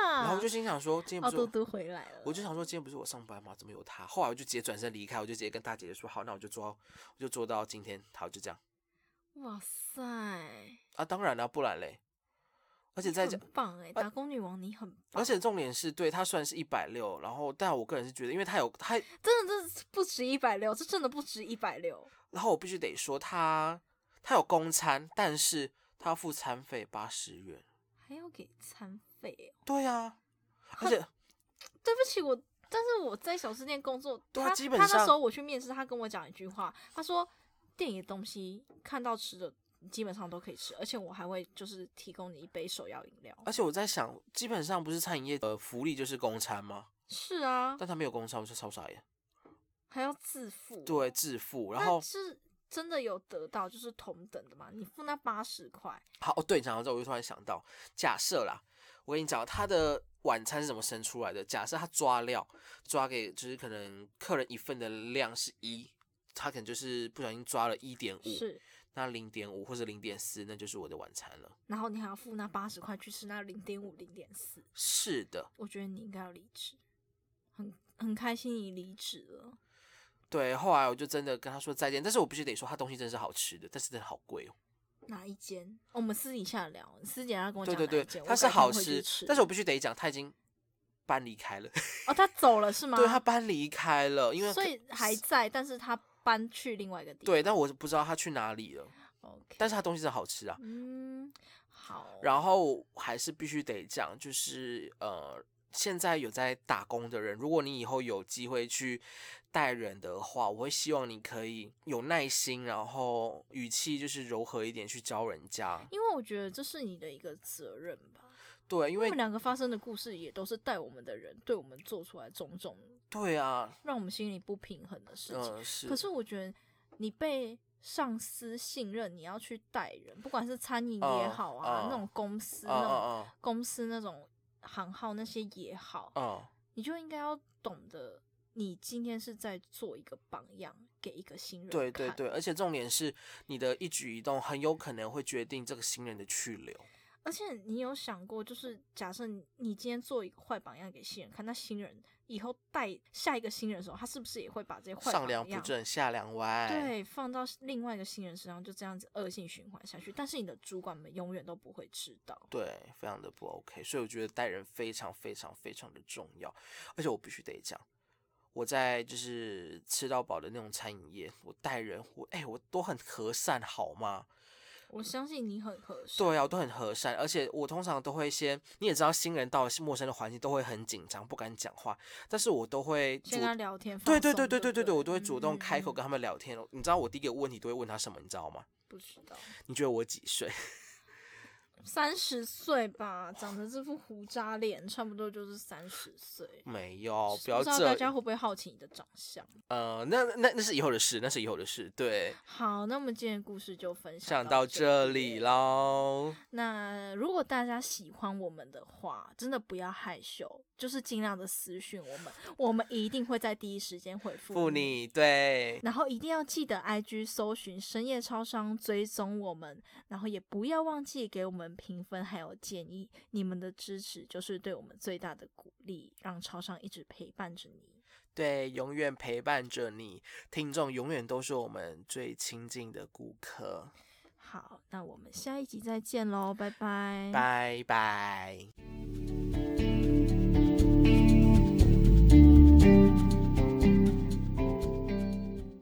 Speaker 1: 哪，
Speaker 2: 然后我就心想说，今天不
Speaker 1: 啊奥
Speaker 2: 是
Speaker 1: 嘟
Speaker 2: 我
Speaker 1: 嘟回来了，
Speaker 2: 我就想说，今天不是我上班吗？怎么有他？后来我就直接转身离开，我就直接跟大姐姐说，好，那我就做到，我就做到今天，好，就这样
Speaker 1: 哇塞。
Speaker 2: 啊，当然了、不然嘞，而且在
Speaker 1: 你
Speaker 2: 这
Speaker 1: 很。棒哎、打工女王你很棒，
Speaker 2: 而且重点是对他虽然是一百六，然后但我个人是觉得，因为他有他，
Speaker 1: 真的这不值一百六，这真的不值一百六。
Speaker 2: 然后我必须得说他他有公餐，但是他付餐费八十元。
Speaker 1: 还要给餐费哦、
Speaker 2: 对啊，而且
Speaker 1: 对不起，我但是我在小吃店工作，
Speaker 2: 对啊
Speaker 1: 他
Speaker 2: 基本
Speaker 1: 他
Speaker 2: 上
Speaker 1: 那时候我去面试，他跟我讲一句话，他说店里的东西看到吃的基本上都可以吃，而且我还会就是提供你一杯手摇饮料。
Speaker 2: 而且我在想，基本上不是餐饮业的福利就是公餐吗？
Speaker 1: 是啊，
Speaker 2: 但他没有公餐，我就超傻眼。
Speaker 1: 还要自付。
Speaker 2: 对，，自付，然
Speaker 1: 但
Speaker 2: 后
Speaker 1: 是真的有得到就是同等的嘛？你付那八十块，
Speaker 2: 好，哦，对，讲到这，我就突然想到，假设啦，我跟你讲，他的晚餐是怎么生出来的？假设他抓料抓给，就是可能客人一份的量是一，他可能就是不小心抓了一点五，
Speaker 1: 是，
Speaker 2: 那零点五或者零点四，那就是我的晚餐了。
Speaker 1: 然后你还要付那八十块去吃那零点五、零点四。
Speaker 2: 是的，
Speaker 1: 我觉得你应该要离职，很很开心你离职了。
Speaker 2: 对，后来我就真的跟他说再见，但是我必须得说，他东西真的是好吃的，但是真的好贵哦。
Speaker 1: 哪一间？哦我们私底下聊，私底下跟我
Speaker 2: 对
Speaker 1: 讲
Speaker 2: 对对
Speaker 1: 哪一间，
Speaker 2: 它是好
Speaker 1: 我改天
Speaker 2: 吃
Speaker 1: 会去吃，
Speaker 2: 但是我必须得讲，他已经搬离开了，
Speaker 1: 哦，他走了是吗？
Speaker 2: 对他搬离开了，因为
Speaker 1: 所以还在，但是他搬去另外一个地方。
Speaker 2: 对，但我不知道他去哪里了，
Speaker 1: ，OK，
Speaker 2: 但是他东西真的好吃啊。
Speaker 1: 嗯，好，
Speaker 2: 然后还是必须得讲，就是呃，现在有在打工的人，如果你以后有机会去带人的话，我会希望你可以有耐心，然后语气就是柔和一点去教人家。
Speaker 1: 因为我觉得这是你的一个责任吧。
Speaker 2: 对，因
Speaker 1: 我
Speaker 2: 为
Speaker 1: 们两个发生的故事也都是带我们的人对我们做出来种种
Speaker 2: 对啊，
Speaker 1: 让我们心里不平衡的事情。
Speaker 2: 嗯、是。
Speaker 1: 可是我觉得你被上司信任，你要去带人，不管是餐饮也
Speaker 2: 嗯
Speaker 1: 好啊，
Speaker 2: 嗯
Speaker 1: 那种公司、
Speaker 2: 嗯
Speaker 1: 那种
Speaker 2: 嗯
Speaker 1: 公司那种行号那些也好，
Speaker 2: 嗯嗯，
Speaker 1: 你就应该要懂得，你今天是在做一个榜样给一个新人
Speaker 2: 对对
Speaker 1: 看
Speaker 2: 对，而且重点是你的一举一动很有可能会决定这个新人的去留。
Speaker 1: 而且你有想过，就是假设你你今天做一个坏榜样给新人看，那新人以后带下一个新人的时候，他是不是也会把这些坏
Speaker 2: 上
Speaker 1: 榜
Speaker 2: 梁
Speaker 1: 样
Speaker 2: 不正下梁歪。，
Speaker 1: 对放到另外一个新人身上，就这样子恶性循环下去？但是你的主管们永远都不会知道。
Speaker 2: 对，非常的不 OK，所以我觉得待人非常非常非常的重要，而且我必须得讲，我在就是吃到饱的那种餐饮业，我待人我哎、我都很和善好吗？
Speaker 1: 我相信你很合适。
Speaker 2: 对啊，我都很和善，而且我通常都会先，你也知道新人到了陌生的环境都会很紧张，不敢讲话，但是我都会主
Speaker 1: 先跟他聊天，
Speaker 2: 对
Speaker 1: 放
Speaker 2: 对对
Speaker 1: 松
Speaker 2: 对
Speaker 1: 对
Speaker 2: 对
Speaker 1: 不
Speaker 2: 对对，我都会主动
Speaker 1: 嗯
Speaker 2: 开口
Speaker 1: 嗯
Speaker 2: 跟他们聊天哦。你知道我第一个问题都会问他什么？你知道吗？
Speaker 1: 不知道
Speaker 2: 你觉得我几岁？ (laughs)
Speaker 1: 三十岁吧，长着这副胡渣脸，差不多就是三十岁。
Speaker 2: 没有，不
Speaker 1: 不
Speaker 2: 要
Speaker 1: 知道大
Speaker 2: 这
Speaker 1: 家会不会好奇你的长相？
Speaker 2: 呃，那那那是以后的事，那是以后的事。对，
Speaker 1: 好，那么今天的故事就分享
Speaker 2: 想到这里
Speaker 1: 边。
Speaker 2: 喽。
Speaker 1: 那如果大家喜欢我们的话，真的不要害羞，就是尽量的私讯我们，我们一定会在第一时间回复
Speaker 2: 妇
Speaker 1: 你。
Speaker 2: 女对，
Speaker 1: 然后一定要记得 IG 搜寻深夜超商追踪我们，然后也不要忘记给我们评分还有建议，你们的支持就是对我们最大的鼓励，让超商一直陪伴着你。
Speaker 2: 对，永远陪伴着你，听众永远都是我们最亲近的顾客。嗯
Speaker 1: 好，那我们下一集再见喽，拜拜。
Speaker 2: 拜拜。